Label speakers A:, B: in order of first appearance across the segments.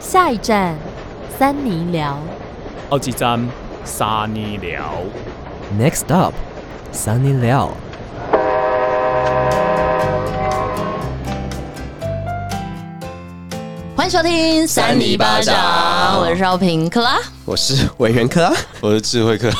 A: 下一站，三尼寮。
B: 好几站沙尼寮。
C: Next up, Sunny Liao。
A: 欢迎收听《
D: 三尼巴掌
A: 我是邵平克拉。
D: 我是委员克拉，
E: 我的智慧课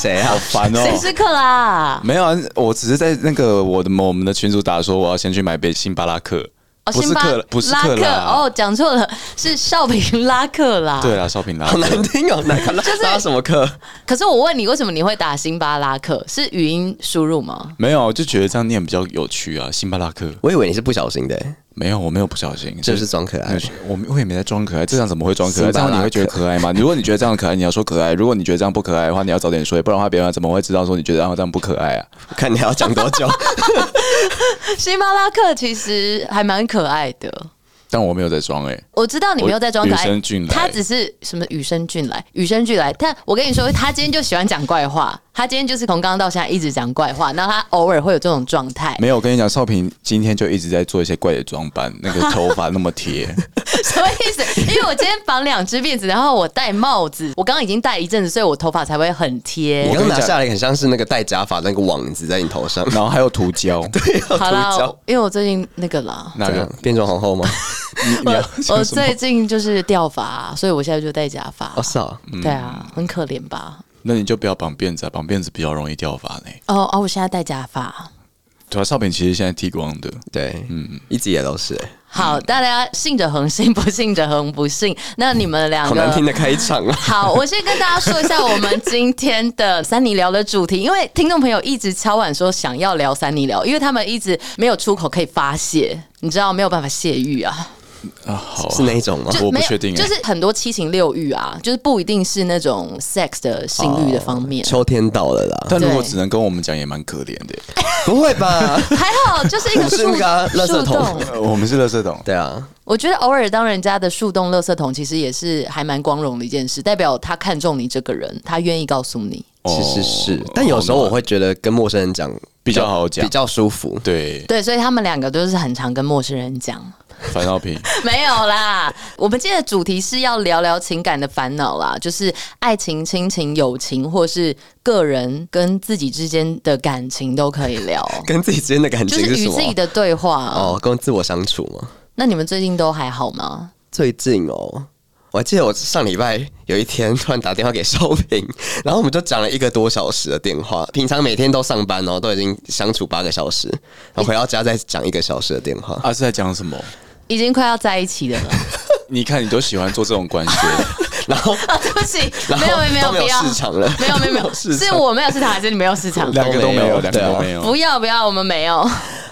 D: 谁啊？
E: 烦哦。
A: 谁是克拉？
E: 没有啊，我只是在那个我的我们的群主打说，我要先去买杯星巴拉克，
A: 哦
E: 不是
A: 辛巴
E: 克拉，不是
A: 拉克
E: 克拉。
A: 哦，讲错了，是少平拉克拉。
E: 对。啊啦，烧饼拉
D: 好
E: 克。
D: 难听哦，难看拉拉什么课？
A: 可是我问你，为什么你会打辛巴拉克？是语音输入 吗？
E: 没有，我啊就觉得这样念比较有趣啊。星巴拉克
D: 我以为你是不小心的，欸
E: 没有，我没有不小心，
D: 就是装可
E: 没
D: 爱
E: 有。我我也没在装可爱，这样怎么会装可爱？
D: 星巴
E: 这
D: 拉克
E: 样你会觉得可爱吗？如果你觉得这样可爱，你要说可爱；如果你觉得这样不可爱的话，你要早点说，不然的话别人怎么会知道说你觉得这样不可爱啊？
D: 看你要讲多 久？
A: 辛巴拉克其实还蛮可爱的。
E: 但我没有在装哎、
A: 我知道你没有在装可爱，
E: 我与生俱来
A: 他只是什么与生俱来，与生俱来。但我跟你说，他今天就喜欢讲怪话，他今天就是从刚刚到现在一直讲怪话，然后他偶尔会有这种状态。
E: 没有，我跟你讲，少平今天就一直在做一些怪的装扮，那个头发那么贴，
A: 什么意思？因为我今天绑两只辫子，然后我戴帽子，我刚刚已经戴一阵子，所以我头发才会很
D: 你
A: 贴。
D: 刚拿下来很像是那个戴假发那个网子在你 头上，
E: 然后还有涂胶。
A: 好
D: 涂
A: 啦
D: 胶，
A: 因为我最近那个 啦，
E: 那
D: 怎
E: 个
D: 样变装皇后吗？
E: 你要
A: 我
E: 讲什么
A: 最近就是掉发，所以我现在就戴假发
D: 哦，。是啊，
A: 对啊，很可怜吧？
E: 那你就不要绑辫子、啊，绑辫子比较容易掉发呢。
A: 哦哦，我现在戴假发。
E: 对啊，少平其实现在剃光的，
D: 对，嗯，一直也都是，嗯
A: 好，大家信者恒信，不信者恒不信。那你们两
D: 好
A: 个
D: 难听的开场啊！
A: 好，我先跟大家说一下我们今天的三尼聊的主题，因为听众朋友一直敲碗说想要聊三尼聊，因为他们一直没有出口可以发泄，你知道没有办法泄欲啊，
E: 啊，好啊
D: 是那一种吗？
A: 就
E: 我不
A: 没有
E: 确定
D: 啊
E: 欸
A: 就是很多七情六欲啊，就是不一定是那种 sex 的性欲的方面。
D: 秋天到了啦，
E: 但如果
A: 对
E: 只能跟我们讲，也蛮可怜的。
D: 不会 吧？
A: 还好，就是一个
D: 我 是
A: 树
D: 那个啊垃圾
A: 树
D: 桶
A: 洞。
E: 呃我们是乐色桶，
D: 对啊，
A: 我觉得偶尔当人家的树洞、垃圾桶，其实也是还蛮光荣的一件事，代表他看中你这个人，他愿意告诉你。
D: 其实是，但有时候我会觉得跟陌生人讲
E: 比较好讲
D: 比较舒服。
E: 对
A: 对，所以他们两个都是很常跟陌生人讲。
E: 烦少平，
A: 没有啦，我们今天的主题是要聊聊情感的烦恼啦，就是爱情、亲情、友情，或是个人跟自己之间的感情都可以聊，
D: 跟自己之间的感
A: 就
D: 情
A: 是
D: 是
A: 与
D: 什
A: 自己
D: 么？
A: 的对话。哦，
D: 哦，跟自我相处吗？
A: 那你们最近都还好吗？
D: 最近哦，我还记得我上礼拜有一天突然打电话给少平，然后我们就讲了一个多小时的电话。平常每天都上班哦，都已经相处八个小时，然后回到家再讲一个小时的电话。
E: 啊是在讲什么？
A: 已经快要在一起 了啦。
E: 你看你都喜欢做这种官宣，
D: 然后
A: 啊，对不起，
D: 然后
A: 没有没有
D: 都
A: 不
D: 没有
A: 要，
D: 市场了
A: 没有没有没有，
D: 都没有市场
A: 是我没有市场，还是你没有市场？
E: 两个都没有，
D: 都没有
E: 两个都没有。
A: 不要不要，我们没有。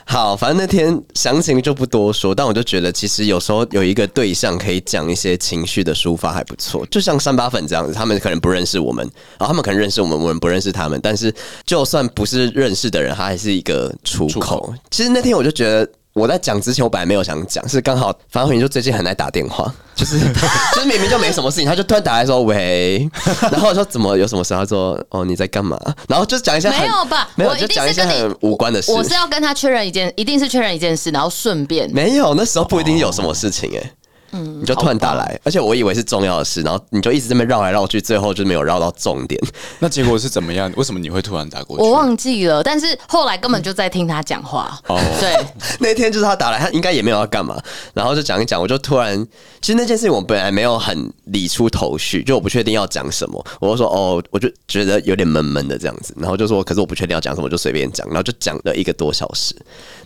D: 好，反正那天详情就不多说，但我就觉得其实有时候有一个对象可以讲一些情绪的抒发还不错，就像三八粉这样子，他们可能不认识我们，然后他们可能认识我们，我们不认识他们，但是就算不是认识的人，他还是一个出口。
E: 出口
D: 其实那天我就觉得。我在讲之前，我本来没有想讲，是刚好樊慧敏就最近很爱打电话， 就是就是明明就没什么事情，他就突然打来说喂，然后我说怎么有什么事？他说哦你在干嘛？然后就讲一些很
A: 没有吧
D: 没有
A: 我一
D: 就
A: 定
D: 讲
A: 是
D: 一些
A: 跟你
D: 很无关的事。
A: 我是要跟他确认一件，一定是确认一件事，然后顺便
D: 没有，那时候不一定有什么事情哎、嗯，你就突然打来，而且我以为是重要的事，然后你就一直这么绕来绕去，最后就没有绕到重点。
E: 那结果是怎么样？为什么你会突然打过去？
A: 我忘记了，但是后来根本就在听他讲话。
E: 哦
A: 对，
D: 那天就是他打来，他应该也没有要干嘛，然后就讲一讲，我就突然，其实那件事情我本来没有很理出头绪，就我不确定要讲什么，我就说哦，我就觉得有点闷闷的这样子，然后就说，可是我不确定要讲什么，就随便讲，然后就讲了一个多小时，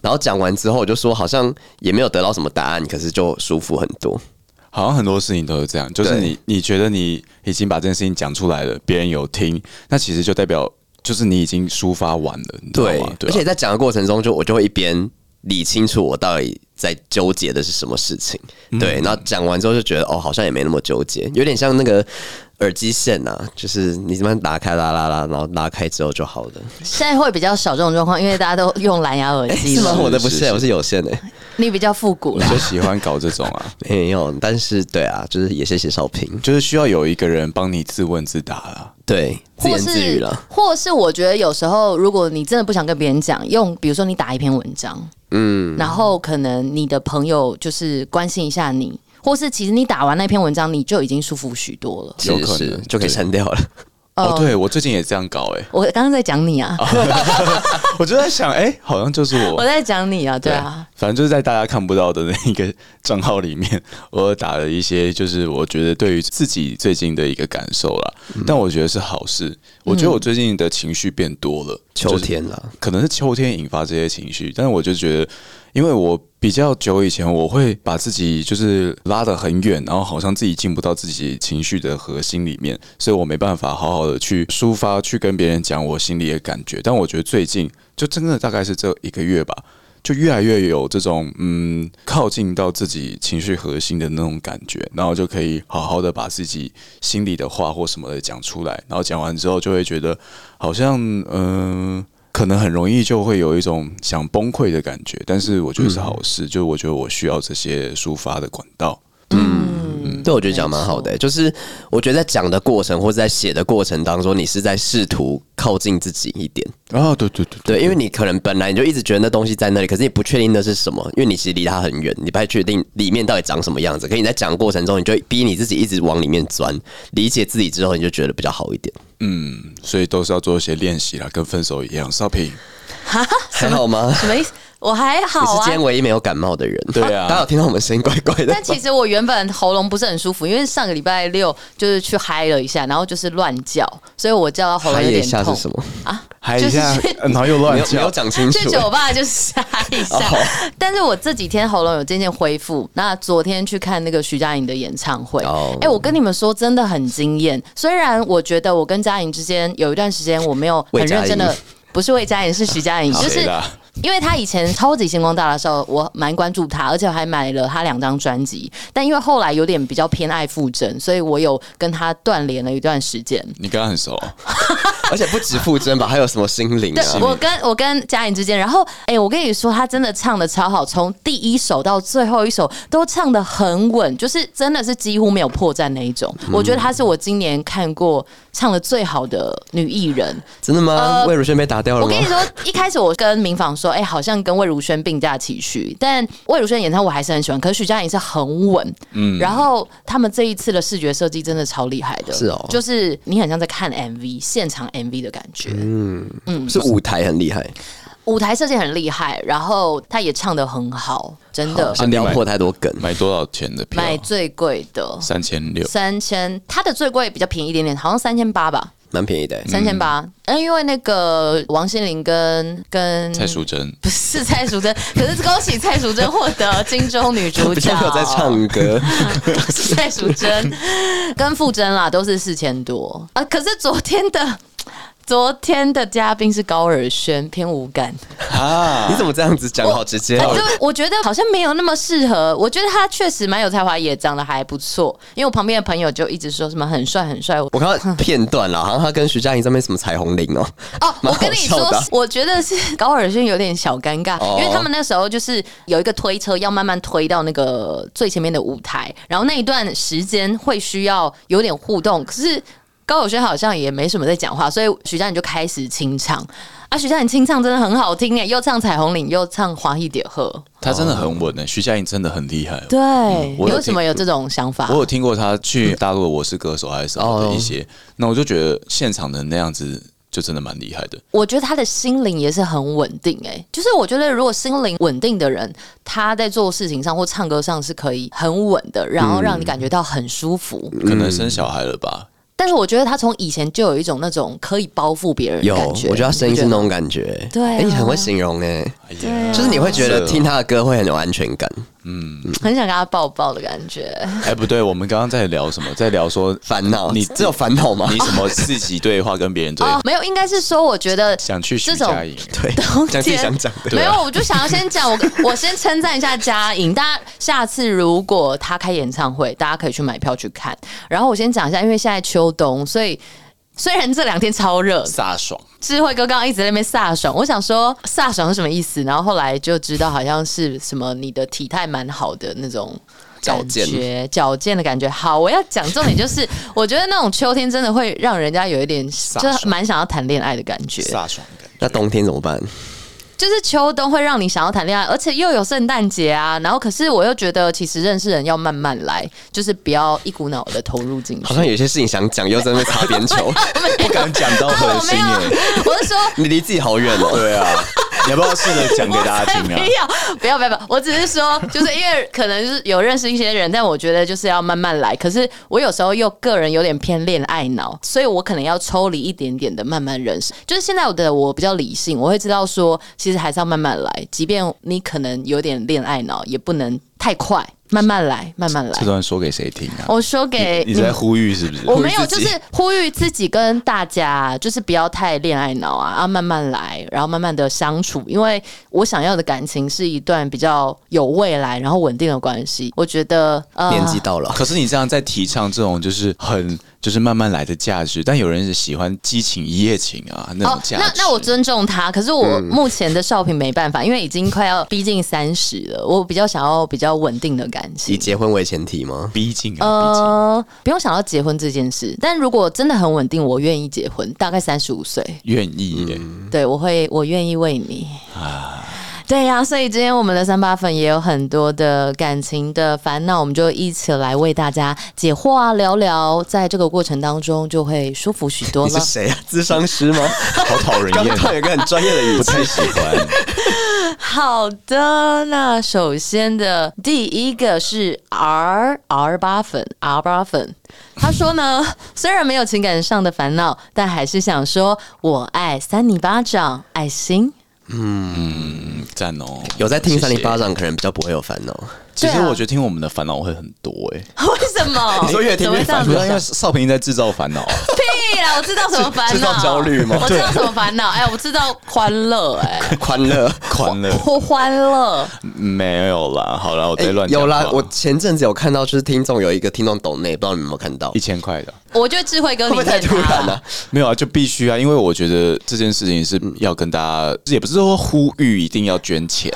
D: 然后讲完之后我就说好像也没有得到什么答案，可是就舒服很多。
E: 好像很多事情都是这样，就是
D: 对
E: 你你觉得你已经把这件事情讲出来了，别人有听，那其实就代表就是你已经抒发完了，你知道
D: 对
E: 吗？，对
D: 而
E: 啊，
D: 且在讲的过程中，就我就会一边理清楚我到底在纠结的是什么事情。
E: 嗯
D: 对，然后讲完之后就觉得哦，好像也没那么纠结，有点像那个耳机线啊，就是你这么拉开拉拉拉，然后拉开之后就好了。
A: 现在会比较少这种状况，因为大家都用蓝牙耳机
D: 哎 是吗？
A: 了。
D: 我的不
E: 是
D: 是，
E: 是
D: 我是有线的、
A: 你比较复古
E: 我
A: 了。
E: 就喜欢搞这种啊。
D: 没有。但是对啊，就是也谢谢少平，
E: 就是需要有一个人帮你自问自答啦。
D: 对， 自
A: 或
D: 言自语
A: 是
D: 了。，
A: 或是我觉得有时候，如果你真的不想跟别人讲，用比如说你打一篇文章，嗯，然后可能你的朋友就是关心一下你，或是其实你打完那篇文章，你就已经舒服许多了。呃
E: 有
D: 是
E: 可
D: 是
E: 能
D: 就可以
E: 对
D: 删掉了。
E: 哦，对我最近也这样搞 哎、
A: 我刚刚在讲你啊，
D: 哦
E: 我就在想哎、好像就是
A: 我
E: 我。
A: 在讲你啊，对啊，，
E: 反正就是在大家看不到的那一个账号里面， 我打了一些，就是我觉得对于自己最近的一个感受啦。但我觉得是好事，我觉得我最近的情绪变多了，
D: 秋
E: 就是嗯
D: 天啦，
E: 可能是秋天引发这些情绪，但是我就觉得，因为我比较久以前，我会把自己就是拉得很远，然后好像自己进不到自己情绪的核心里面，所以我没办法好好的去抒发，去跟别人讲我心里的感觉。但我觉得最近就真的大概是这一个月吧。就越来越有这种嗯，靠近到自己情绪核心的那种感觉，然后就可以好好的把自己心里的话或什么的讲出来，然后讲完之后就会觉得好像嗯、可能很容易就会有一种想崩溃的感觉，但是我觉得是好事，就我觉得我需要这些抒发的管道。
D: 嗯对，我觉得讲蛮好的、就是我觉得在讲的过程或者在写的过程当中，你是在试图靠近自己一点。
E: 啊，对对对
D: 对，因为你可能本来你就一直觉得那东西在那里，可是你不确定那是什么，因为你其实离它很远，你不太确定里面到底长什么样子。可是你在讲的过程中，你就会逼你自己一直往里面钻，理解自己之后，你就觉得比较好一点。
E: 嗯，所以都是要做一些练习啦，跟分手一样。少平，
D: 还 好吗？
A: 什么意思？我还
D: 你是
A: 好
D: 今
A: 啊。
D: 天唯一没有感冒的 人。
E: 对啊
D: 大家有听到我们声音怪怪的吗
A: 但？其实我原本喉咙不是很舒服，因为上个礼拜六就是去嗨了一下，然后就是乱叫，所以我叫到喉咙
D: 嗨
A: 有
D: 一
A: 点
D: 下
A: 痛
D: 是什么？
A: 啊。
E: 嗨一下
A: 就是去，
E: 然后又
D: 没
E: 乱
D: 有没有
E: 叫，
D: 讲清楚
A: 去。 酒吧就是嗨一下，但是我这几天喉咙有渐渐恢复。那昨天去看那个徐佳莹的演唱会，哎、
D: 哦
A: 我跟你们说，真的很惊艳。虽然我觉得我跟佳莹之间有一段时间我没有很认真
D: 魏佳
A: 的
D: 莹，
A: 不是魏佳莹，是徐佳莹，就是
E: 谁啦？
A: 因为他以前超级星光大的时候，我蛮关注他，而且我还买了他两张专辑。但因为后来有点比较偏爱傅征，所以我有跟他断联了一段时间。
E: 你跟他很熟，
D: 而且不止傅征吧，还有什么心灵
A: 对
D: 啊？
A: 我跟我跟嘉颖之间，然后哎、我跟你说，他真的唱的超好，从第一首到最后一首都唱的很稳，就是真的是几乎没有破绽那一种。
D: 嗯
A: 我觉得她是我今年看过唱的最好的女艺人。
D: 真的吗？
A: 呃
D: 魏如萱被打掉了
A: 我
D: 吗
A: 跟你？说，一开始我跟民房说，哎、好像跟魏如萱并驾齐驱，但魏如萱演唱我还是很喜欢，可是徐佳莹是很稳，嗯，然后他们这一次的视觉设计真的超厉害的，
D: 是哦
A: 就是你很像在看 MV 现场 MV 的感觉，
D: 是舞台很厉害，
A: 舞台设计很厉害，然后他也唱的很好，真的
D: 是撩破太多梗。
E: 买多少钱的票？
A: 买最贵的
E: 三千六。
A: 三千，他的最贵比较便宜一点点，好像三千八吧，
D: 蛮便宜的、欸
A: 三千八。嗯，因为那个王心凌跟跟
E: 蔡淑珍，
A: 不是蔡淑珍， 可是恭喜蔡淑珍获得金钟女主
D: 比较
A: 角。
D: 没有在唱歌，
A: 是蔡淑珍跟傅征啦，都是四千多啊。可是昨天的昨天的嘉宾是高尔宣，偏无感。
E: 啊
D: 你怎么这样子讲？好直接
A: 啊
D: 哦
A: 就！我觉得好像没有那么适合。我觉得他确实蛮有才华，也长得还不错。因为我旁边的朋友就一直说什么很帅很帅。我
D: 我看到片段了，好像他跟徐佳莹上面什么彩虹铃哦、
A: 哦，我
D: 蛮好
A: 跟你
D: 笑
A: 说
D: 的啊，
A: 我觉得是高尔宣有点小尴尬，
D: 哦
A: 因为他们那时候就是有一个推车要慢慢推到那个最前面的舞台，然后那一段时间会需要有点互动，可是。高尔宣好像也没什么在讲话，所以徐佳莹就开始清唱啊！徐佳莹清唱真的很好听耶，又唱《彩虹岭》，又唱《华裔点鹤》。
E: 她真的很稳诶、徐佳莹真的很厉害哦、
A: 对，啊
E: 我
A: 你
E: 有
A: 为什么有这种想法？
E: 我有听过她去大陆的《我是歌手》还是什么的一些，那我就觉得现场的那样子就真的蛮厉害的。
A: 我觉得他的心灵也是很稳定、欸，就是我觉得如果心灵稳定的人，他在做事情上或唱歌上是可以很稳的，然后让你感觉到很舒服。
D: 嗯
E: 可能生小孩了吧？
A: 但是我觉得他从以前就有一种那种可以包覆别人的
D: 有，
A: 感觉，
D: 我觉得他声音是
A: 你
D: 那
A: 不觉
D: 种感觉。
A: 对啊嗯
D: 哎、你很会形容哎、
E: 哎呀，
D: 就是你会觉得听他的歌会很有安全感。
A: 得 很想跟他抱抱的感觉。
E: 哎，不对，我们刚刚在聊什么？在聊说
D: 烦恼，
E: 你
D: 你只有烦恼吗
E: 你？什么自己对话跟别人对
A: 哦
E: 话，，
A: 没有，应该是说我觉得
E: 想去徐
A: 这种
E: 佳莹。
D: 对，讲自己想讲的。啊
A: 没有，我就想要先讲我， 我先称赞一下嘉颖。大家下次如果她开演唱会，大家可以去买票去看。然后我先讲一下，因为现在秋冬，所以虽然这两天超热，
E: 飒爽，
A: 智慧哥刚刚一直在那边飒爽，我想说飒爽是什么意思，然后后来就知道好像是什么你的体态蛮好的那种。
D: 矫健
A: 感觉矫健的感觉。好，我要讲重点就是，我觉得那种秋天真的会让人家有一点，
E: 爽
A: 就是蛮想要谈恋爱的感觉。
E: 飒爽的感觉。
D: 那冬天怎么办？
A: 就是秋冬会让你想要谈恋爱，而且又有圣诞节啊。然后可是我又觉得，其实认识人要慢慢来，就是不要一股脑的投入进去。
D: 好像有些事情想讲，又在那边擦 边球，
E: 不敢讲到核
A: 哦我
E: 心
A: 没有
E: 耶。，
A: 我是说。
D: 你离自己好远 哦。
E: 对啊，你要不要试着讲给大家
A: 没
E: 听啊？
A: 有，不要不要不要，我只是说，就是因为可能是有认识一些人，但我觉得就是要慢慢来。可是我有时候又个人有点偏恋爱脑，所以我可能要抽离一点点的慢慢认识。就是现在我的我比较理性，我会知道说，其实还是要慢慢来，即便你可能有点恋爱脑，也不能太快，慢慢来，慢慢来
E: 这。段说给谁听啊？
A: 我说给
E: 你在呼吁是不是？
A: 我没有，就是呼吁自己跟大家，就是不要太恋爱脑啊，啊，慢慢来，然后慢慢的相处，因为我想要的感情是一段比较有未来，然后稳定的关系。我觉得，呃，
D: 年纪到了，
E: 可是你这样在提倡这种就是很就是慢慢来的价值，但有人是喜欢激情一夜情啊那种
A: 哦，
E: 价值。嗯
A: 那那我尊重他，可是我目前的少平没办法，因为已经快要逼近三十了，我比较想要比较稳定的感
D: 以
A: 情。
D: 结婚为前提吗？
E: 逼近啊，逼近。
A: 呃，不用想到结婚这件事，但如果真的很稳定，我愿意结婚，大概三十五岁。
E: 愿意耶，
D: 嗯
A: 对，我会，我愿意为你。
D: 啊
A: 对呀、所以今天我们的三八粉也有很多的感情的烦恼，我们就一起来为大家解惑啊，聊聊，在这个过程当中就会舒服许多
D: 你是
A: 了。
D: 谁啊？智商师吗？
E: 好讨人
D: 刚
E: 厌啊
D: 刚，突然有一个很专业的语
E: 不
D: 气，
E: 太喜欢。
A: 好的，那首先的第一个是 R R 八粉 R 八粉，他说呢， 虽然没有情感上的烦恼，但还是想说我爱三你巴掌，爱心。
E: 嗯赞 哦，
D: 有在听
E: 谢谢
D: 三零巴。掌，可能比较不会有烦恼。
E: 其实
A: 对啊
E: 我觉得听我们的烦恼会很多哎，
A: 为什么？
D: 你说越听
A: 啊怎么
D: 越
A: 会这样
D: 烦
A: 子
E: 不知道因为少平在制造烦 恼啊，
A: 屁啦！我知道什么烦
D: 知
A: 恼，
D: 道焦虑吗
A: 我知道什么烦恼，哎，我知道欢乐， 哎，
D: 欢乐，
E: 宽了
A: 我欢乐，
E: 没有啦？好啦，我在乱
D: 欸有啦
E: 讲，话
D: 我前阵子有看到，就是听众有一个听众抖内，不知道你们有没有看到
E: 一？千块的
A: 我觉得智慧哥
D: 会不会太突然了、
A: 了？
E: 没有啊，就必须啊，因为我觉得这件事情是要跟大家，也不是说呼吁一定要捐 钱，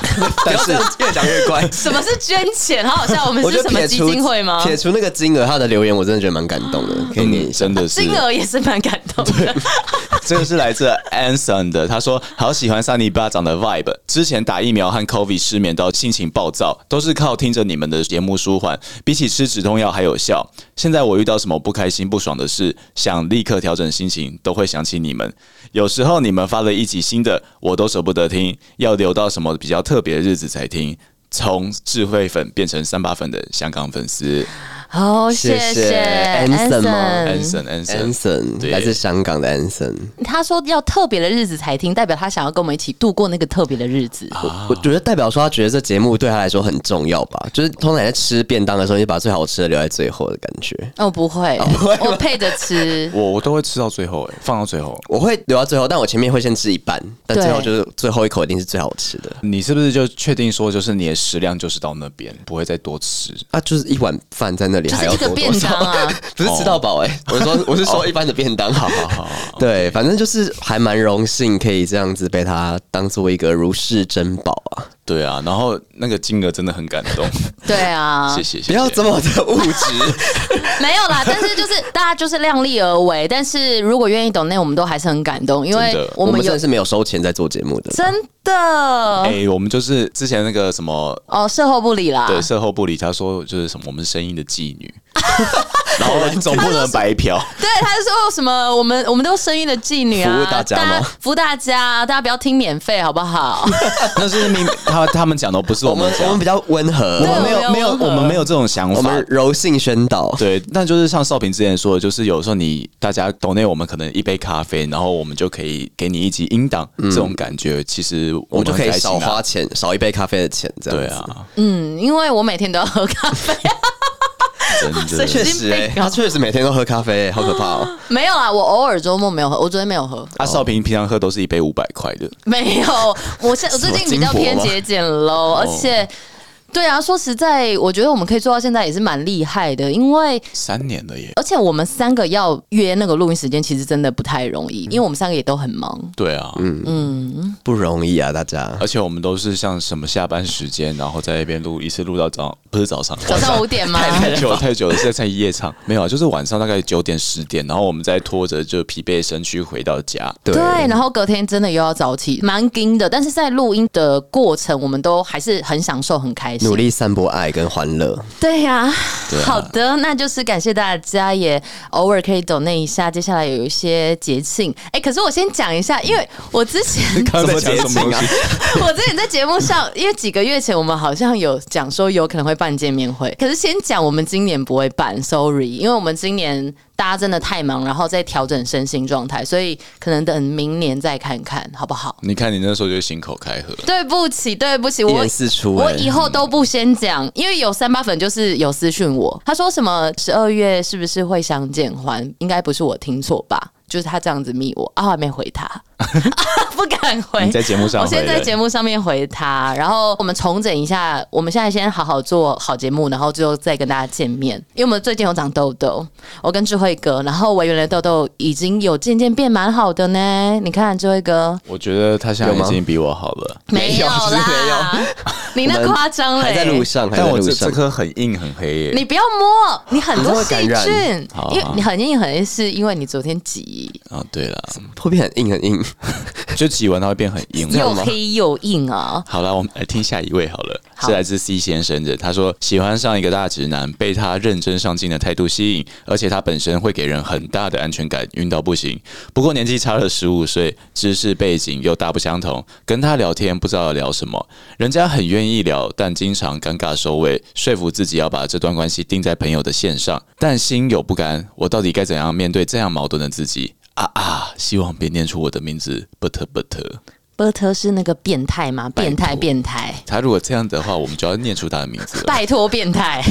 D: 但是越讲越怪。
A: 什么是捐钱？好好笑，我们
D: 我
A: 是
D: 就
A: 什么
D: 撇
A: 基
D: 除
A: 金会吗？
D: 撇除那个金额，他的留言我真的觉得蛮感动的，可以念一下。
E: 真的是
A: 金额也是蛮感动的，
E: 这个是来自 Anson 的，他说好喜欢三尼巴掌的 vibe。之前打疫苗和 COVID 失眠到心情暴躁，都是靠听着你们的节目舒缓，比起吃止痛药还有效。现在我遇到什么不开心、不爽的事，想立刻调整心情，都会想起你们。有时候你们发了一集新的，我都舍不得听，要留到什么比较特别的日子才听。从智慧粉变成三八粉的香港粉丝
A: 好，
D: 谢谢
A: 谢
D: Anson 吗
A: Anson
E: ，Anson Anson，
D: 嗯 Anson
E: 对
D: 来自香港的 Anson，
A: 他说要特别的日子才听，代表他想要跟我们一起度过那个特别的日子。
D: 我我觉得代表说他觉得这节目对他来说很重要吧，就是通常在吃便当的时候，你把最好吃的留在最后的感觉。
A: 哦，不会，我配着吃。
E: 我我都会吃到最后、欸，放到最后。
D: 我会留到最后，但我前面会先吃一半，但
A: 对
D: 最后就是最后一口一定是最好吃的
E: 你是不是就确定说，就是你的食量就是到那边，不会再多吃？
D: 啊！就是一碗饭在那里
A: 就
D: 还
A: 是
D: 要
A: 一个
D: 多
A: 便
D: 多少
A: 当？啊，
D: 不是吃到饱哎、我 是说我是说一般的便当，好好
E: 哦好，
D: 对，反正就是还蛮荣幸可以这样子被他当做一个如是珍宝啊！
E: 对啊，然后那个金额真的很感动，
A: 对啊，
E: 谢谢，谢谢
D: 不要这么的物质，
A: 没有啦，但是就是大家就是量力而为。但是如果愿意懂内，我们都还是很感动，因为
E: 真的
A: 我
D: 我
A: 们
D: 们真
A: 有
D: 的是没有收钱在做节目的。
A: 真的、
E: 哎、我们就是之前那个什么，
A: 哦，售后不理啦。
E: 对，售后部里他说就是什么，我们是声音的妓女，然后总不能白嫖，
A: 对，他就说什么我们我们都生育的妓女啊，
D: 服务大家吗
A: 服务大家，大家不要听免费好不 好？
E: 那是明他他们讲的，不是
D: 我
E: 我
D: 们
E: 们
D: 我
E: 讲，
D: 们比较温和，
A: 对
E: 我们没有没有
A: 我们比较
E: 我们没有这种想
D: 我
E: 法
D: 们。柔性宣导。
E: 对，但就是像少平之前说的，就是有时候你大家懂内，我们可能一杯咖啡，然后我们就可以给你一集音档，这种感觉，其实
D: 我
E: 我
D: 们
E: 们
D: 就可以
E: 很开心啊
D: 少花钱，少一杯咖啡的钱，这样
E: 对
D: 子。
E: 啊，
A: 嗯，因为我每天都要喝咖啡，
E: 真
A: 所以
E: 的。
D: 确实、欸，
A: 神经病哦
D: 他确实每天都喝咖 啡、好可怕哦！
A: 没有啦，我偶尔周末没有喝，我昨天没有 喝，
E: 阿啊少平平常喝都是一杯五百块的，
D: 哦
A: 没有。我现我最近比较偏节俭喽，而且。对啊，说实在，我觉得我们可以做到现在也是蛮厉害的，因为
E: 三年了耶。
A: 而且我们三个要约那个录音时间，其实真的不太容
E: 嗯
A: 易，因为我们三个也都很忙。
E: 对啊，嗯，
D: 不容易啊，大家。
E: 而且我们都是像什么下班时间，然后在那边录，一次录到早，不是早上，
A: 早上五点吗？
E: 太久了太久了，现在在夜唱，没有啊，就是晚上大概九点十点，然后我们再拖着就疲惫身躯回到家。
D: 对
A: 对，然后隔天真的又要早起，蛮紧的。但是在录音的过程，我们都还是很享受、很开心。
D: 努力散播爱跟欢乐，
A: 对呀、
E: 对啊
A: 好的，那就是感谢大家，也偶尔可以抖那一下。接下来有一些节庆，哎、可是我先讲一下，因为我之前
E: 刚才讲什么东西？
A: 我之前在节目上，因为几个月前我们好像有讲说有可能会办见面会，可是先讲我们今年不会办，sorry，因为我们今年大家真的太忙，然后再调整身心状态，所以可能等明年再看看好不好？
E: 你看你那时候就心口开河，
A: 对不起，对不起，
D: 一
A: 我
D: 人四出、
A: 我
D: 欸。
A: 以后都不先讲，因为有三八粉就是有私讯我，他说什么十二月是不是会相见欢？应该不是我听错吧？就是他这样子密我啊，还没回 他，不敢回。
E: 你在节目上
A: 我先
E: 回
A: 在
E: 的
A: 节目上面回他，然后我们重整一下，我们现在先好好做好节目，然后之后再跟大家见面。因为我们最近有长痘痘，我跟智慧哥，然后维园的痘痘已经有渐渐变蛮好的呢。你看智慧哥
E: 我觉得他现在
D: 有吗
E: 已经比我好了。
A: 没有
D: 是没有
A: 啦，你那夸张嘞，
D: 还在路上，还
E: 但
D: 在
E: 我
D: 路
E: 这
D: 上
E: 这。颗很硬很黑耶、
A: 你不要摸，你很多细
D: 你会感
A: 菌
D: 染，
E: 好
A: 因为
E: 好
A: 你很硬很硬，是因为你昨天挤，
E: 啊，对了，
D: 会变很硬 很硬，
E: 就挤完它会变很硬。
A: 又黑又硬啊。
E: 好了，我们哎来听下一位好了，
A: 好
E: 是来自 C 先生的。他说喜欢上一个大直男，被他认真上进的态度吸引，而且他本身会给人很大的安全感，晕到不行。不过年纪差了十五岁，知识背景又大不相同，跟他聊天不知道要聊什么，人家很愿意聊，但经常尴尬收尾，说服自己要把这段关系定在朋友的线上，但心有不甘。我到底该怎样面对这样矛盾的自己？啊啊！希望别念出我的名字，but but。
A: 波特是那个变态吗？
E: 拜
A: 变
E: 托
A: 态，变态，
E: 他如果这样的话，我们就要念出他的名字了。
A: 拜托变态。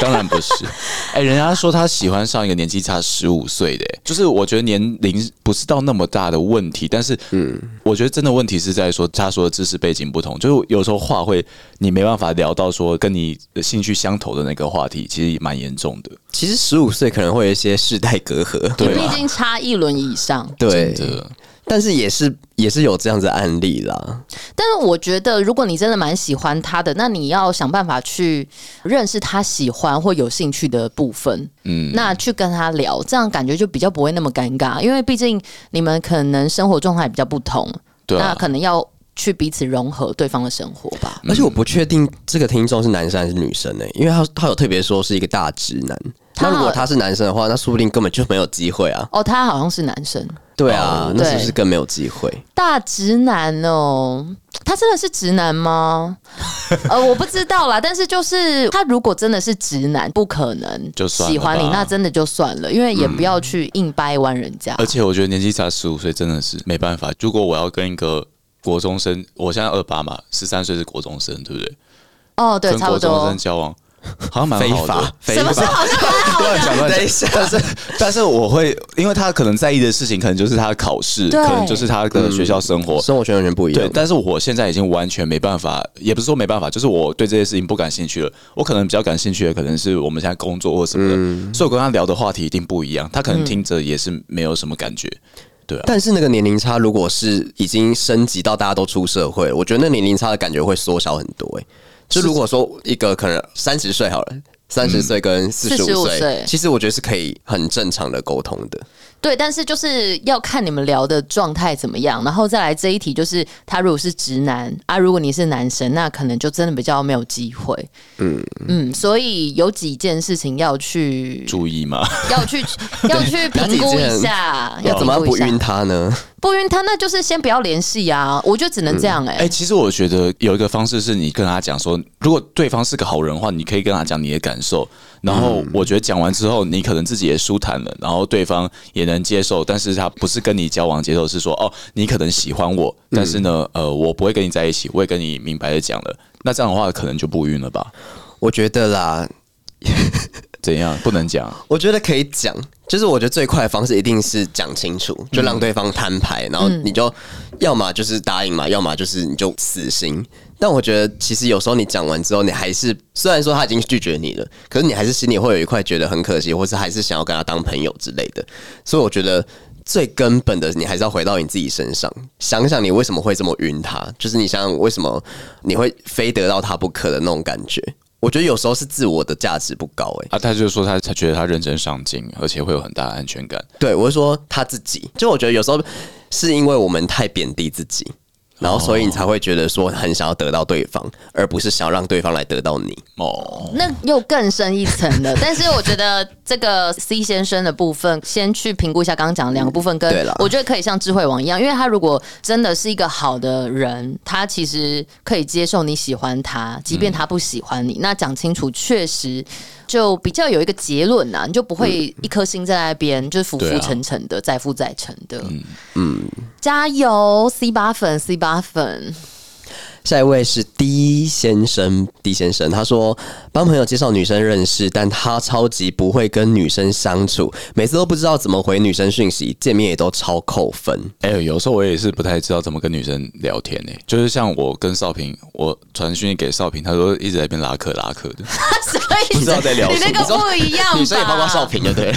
E: 当然不是。 哎、人家说他喜欢上一个年纪差十五岁的、就是我觉得年龄不是到那么大的问题，但是，嗯，我觉得真的问题是在说他说的知识背景不同，就是有时候话会你没办法聊到说跟你的兴趣相投的那个话题，其实蛮严重的。
D: 其实十五岁可能会有一些世代隔阂，
A: 你
E: 对
A: 们
E: 啊
A: 已经差一轮以上，
D: 对
E: 真的
D: 但是也是也是有这样子的案例啦，
E: 嗯
A: 但是我觉得，如果你真的蛮喜欢他的，那你要想办法去认识他喜欢或有兴趣的部分，嗯，那去跟他聊，这样感觉就比较不会那么尴尬，因为毕竟你们可能生活状态比较不同，
E: 对啊
A: 那可能要去彼此融合对方的生活吧。
D: 而且我不确定这个听众是男生还是女生呢、因为他他有特别说是一个大直男。
A: 他
D: 那如果他是男生的话，那说不定根本就没有机会啊！
A: 哦，他好像是男生，
D: 对啊，
A: 哦
D: 那
A: 对
D: 是不是更没有机会？
A: 大直男哦，他真的是直男 吗？呃，我不知道啦，但是就是他如果真的是直男，不可能
E: 就算了
A: 喜欢你，
E: 吧
A: 那真的就算了，因为也不要去硬掰弯人家。
E: 而且我觉得年纪差十五岁真的是没办法。如果我要跟一个国中生，我现在二八嘛，十三岁是国中生，对不对？
A: 哦，对，
E: 跟
A: 差不
E: 国中
A: 多
E: 生。交往好像蛮好的。
D: 非
A: 什么时候好像啊
E: 乱 讲乱
D: 等一
E: 讲，但是但是我会，因为他可能在意的事情，可能就是他的考试，
A: 对
E: 可能就是他的学校生活。
D: 生活圈完全不一
E: 对
D: 样，。
E: 但是我现在已经完全没办法，也不是说没办法，就是我对这些事情不感兴趣了。我可能比较感兴趣的，可能是我们现在工作或什么的，
D: 嗯
E: 所以我跟他聊的话题一定不一样。他可能听着也是没有什么感觉。
D: 但是那个年龄差，如果是已经升级到大家都出社会，我觉得那年龄差的感觉会缩小很多、欸。就如果说一个可能三十岁好了，三十岁跟四十五
A: 45岁
D: 岁，其实我觉得是可以很正常的沟通的。
A: 对，但是就是要看你们聊的状态怎么样，然后再来这一题，就是他如果是直男啊，如果你是男生，那可能就真的比较没有机会。嗯嗯，所以有几件事情要去
E: 注意嘛，
A: 要 去要去评估一下，要
D: 要怎么样
A: 评估
D: 不
A: 一下
D: 晕他呢？
A: 不晕他，那就是先不要联系啊。我觉得只能这
D: 嗯
A: 样哎、
E: 哎、其实我觉得有一个方式是你跟他讲说，如果对方是个好人的话，你可以跟他讲你的感受。然后我觉得讲完之后，你可能自己也舒坦了，然后对方也能接受，但是他不是跟你交往接受，是说哦，你可能喜欢我，但是呢，呃，我不会跟你在一起，我也跟你明白的讲了。那这样的话，可能就不晕了吧？
D: 我觉得啦，
E: 怎样？不能讲，
D: 我觉得可以讲，就是我觉得最快的方式一定是讲清楚，就让对方摊牌，然后你就要么就是答应嘛，要么就是你就死心。但我觉得其实有时候你讲完之后，你还是虽然说他已经拒绝你了，可是你还是心里会有一块觉得很可惜，或是还是想要跟他当朋友之类的。所以我觉得最根本的，你还是要回到你自己身上，想想你为什么会这么晕他，就是你想想为什么你会非得到他不可的那种感觉。我觉得有时候是自我的价值不高、欸，
E: 啊，他就说他他觉得他认真上进，而且会有很大的安全感。
D: 对，我是说他自己。就我觉得有时候是因为我们太贬低自己，然后所以你才会觉得说很想要得到对方，而不是想让对方来得到你。
E: 哦，
A: 那又更深一层了。但是我觉得这个 C 先生的部分，先去评估一下刚刚讲的两个部分，跟
D: 对啦
A: 我觉得可以像智慧王一样，因为他如果真的是一个好的人，他其实可以接受你喜欢他，即便他不喜欢你，那讲清楚确实。就比较有一个结论呐、你就不会一颗心在那边，就是浮
E: 对
A: 浮
E: 啊
A: 沉沉的，载浮载沉的。嗯，加油，C 八粉，C 八 粉，
D: 下一位是 D 先生，D 先生他说帮朋友介绍女生认识，但他超级不会跟女生相处，每次都不知道怎么回女生讯息，见面也都超扣分。
E: 哎、有时候我也是不太知道怎么跟女生聊天呢、就是像我跟少平，我传讯息给少平，他说一直在那边拉客拉客的，
A: 所以
D: 不知道在聊
A: 你
D: 什么
A: 那个不一样吧？
D: 女生也包括少平，对不对？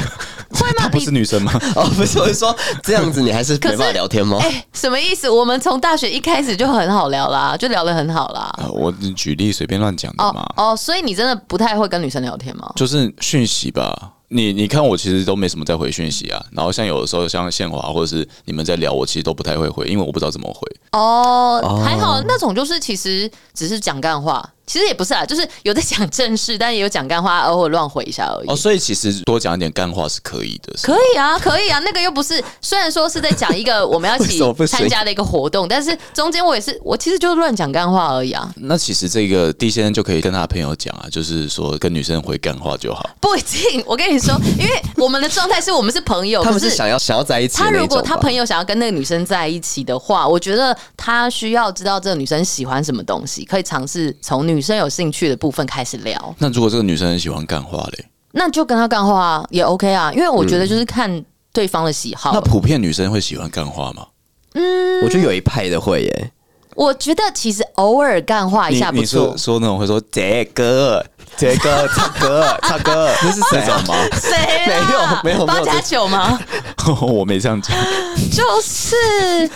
A: 会吗？
E: 他不
A: 你
E: 是女生吗？
D: 哦，不是，我是说这样子你还是没
A: 可是
D: 办法聊天吗？
A: 哎、什么意思？我们从大学一开始就很好聊啦，就聊得很好啦。
E: 啊，我举例随便乱讲的
A: 哦
E: 嘛。
A: 哦，所以你真的不太会跟女生聊天吗？
E: 就是讯息吧。你你看，我其实都没什么在回讯息啊。然后像有的时候像宪华或者是你们在聊，我其实都不太会回，因为我不知道怎么回。
A: 哦，还好那种就是其实只是讲干话，其实也不是啦，就是有在讲正事，但也有讲干话，偶尔乱回一下而已。
E: 哦，所以其实多讲一点干话是可以的。是
A: 可以啊，可以啊，那个又不是，虽然说是在讲一个我们要一
D: 为
A: 起
D: 什么不行
A: 参加的一个活动，但是中间我也是，我其实就是乱讲干话而已啊，
E: 那其实这个 D 先生就可以跟他的朋友讲啊，就是说跟女生回干话就好。
A: 不一定。我跟你说，因为我们的状态是我们是朋友，
D: 他们
A: 可
D: 是想要想要在一起的
A: 他
D: 那
A: 如
D: 一
A: 果
D: 种
A: 他
D: 吧。
A: 朋友想要跟那个女生在一起的话，我觉得他需要知道这个女生喜欢什么东西，可以尝试从女生有兴趣的部分开始聊，
E: 那如果这个女生很喜欢干话嘞，
A: 那就跟他干话啊也 OK 啊，因为我
D: 嗯
A: 觉得就是看对方的喜好。
E: 那普遍女生会喜欢干话吗？
D: 我觉得有一派的会耶、
A: 我觉得其实偶尔干话一
E: 你
A: 下哎不
E: 你
A: 错
E: 说。说那种会说
D: 杰 哥，杰哥，唱歌，唱歌，那是谁种吗？
A: 谁啊？
D: 没有 没有没有
A: 八加九吗？
E: 我没这样讲，
A: 就是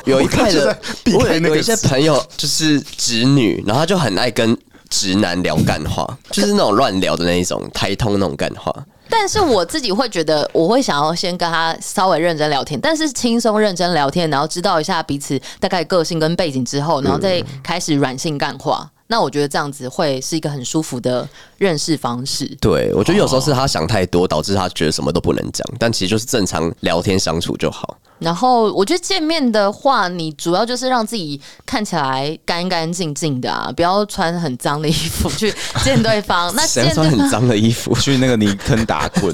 D: 有一
E: 我刚才
D: 派的，
E: 就在避
D: 我
E: 开
D: 有
E: 那个
D: 有一些朋友就是直女，然后他就很爱跟直男聊干话，就是那种乱聊的那一种，台通那种干话。
A: 但是我自己会觉得，我会想要先跟他稍微认真聊天，但是轻松认真聊天，然后知道一下彼此大概个性跟背景之后，然后再开始软性干话。那我觉得这样子会是一个很舒服的认识方式。
D: 对，我觉得有时候是他想太多，导致他觉得什么都不能讲，但其实就是正常聊天相处就好。
A: 然后我觉得见面的话，你主要就是让自己看起来干干净净的啊，不要穿很脏的衣服去见对 方。那
D: 谁
A: 见
D: 要穿
A: 对
D: 很
A: 方。
D: 脏的衣服？
E: 去那个泥坑打滚，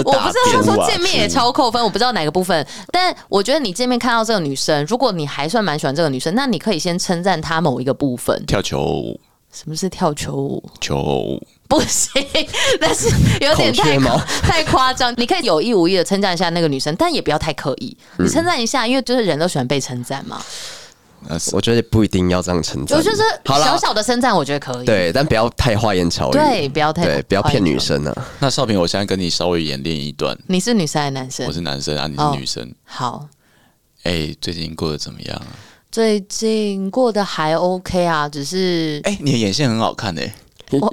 A: 我
D: 打
A: 不知道他
D: 边
A: 说
D: 啊
A: 见面也 超扣分，我不知道哪个部分，但我觉得你见面看到这个女生，如果你还算蛮喜欢这个女生，那你可以先称赞她某一个部分。
E: 跳球舞
A: 什么是跳球舞？
E: 球舞。
A: 不行， 但是有点
D: 孔雀
A: 太
D: 吗
A: 太夸张。你可以有意无意的称赞一下那个女生，但也不要太刻意。你称赞一下，因为就是人都喜欢被称赞嘛。
E: 那是
D: 我觉得不一定要这样称赞。
A: 我就是
D: 好啦
A: 小小的称赞，我觉得可以。
D: 对，但不要太花言巧语，
A: 对不要太
D: 对，不要骗女
A: 花言巧
D: 生啊。
E: 那少平，我现在跟你稍微演练一段。
A: 你是女生还是男生？
E: 我是男生啊，你
A: 哦
E: 是女生。
A: 好，
E: 哎、最近过得怎么样啊？
A: 最近过得还 OK 啊，只是
E: 哎、你的眼线很好看哎、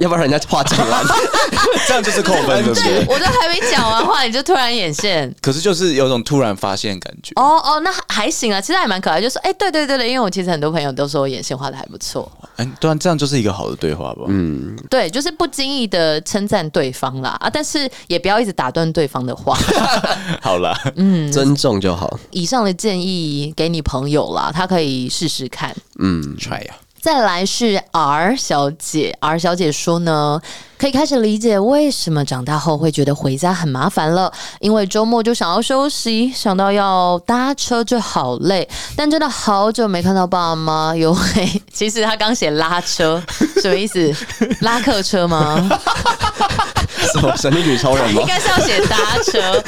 D: 要不然人家 话讲完，
E: 这样就是扣分，对不
A: 对
E: 对？
A: 我都还没讲完话，你就突然眼线。
E: 可是就是有种突然发现感觉。
A: 哦哦，那还行啊，其实还蛮可爱。就说，哎、对对对对，因为我其实很多朋友都说我眼线画的还不错，
E: 哎、对啊，这样就是一个好的对话吧。嗯，
A: 对，就是不经意的称赞对方啦啊，但是也不要一直打断对方的话。
E: 好啦，
A: 嗯
D: 尊重就好。
A: 以上的建议给你朋友啦，他可以试试看。
D: 嗯，
E: try 啊呀、
A: 再来是 R 小姐，R 小姐说呢，可以开始理解为什么长大后会觉得回家很麻烦了，因为周末就想要休息，想到要搭车就好累，但真的好久没看到爸妈有嘿， 其实他刚写拉车，什么意思？拉客车吗？
D: 什么神力女超人 吗
A: 应？该是要写搭车。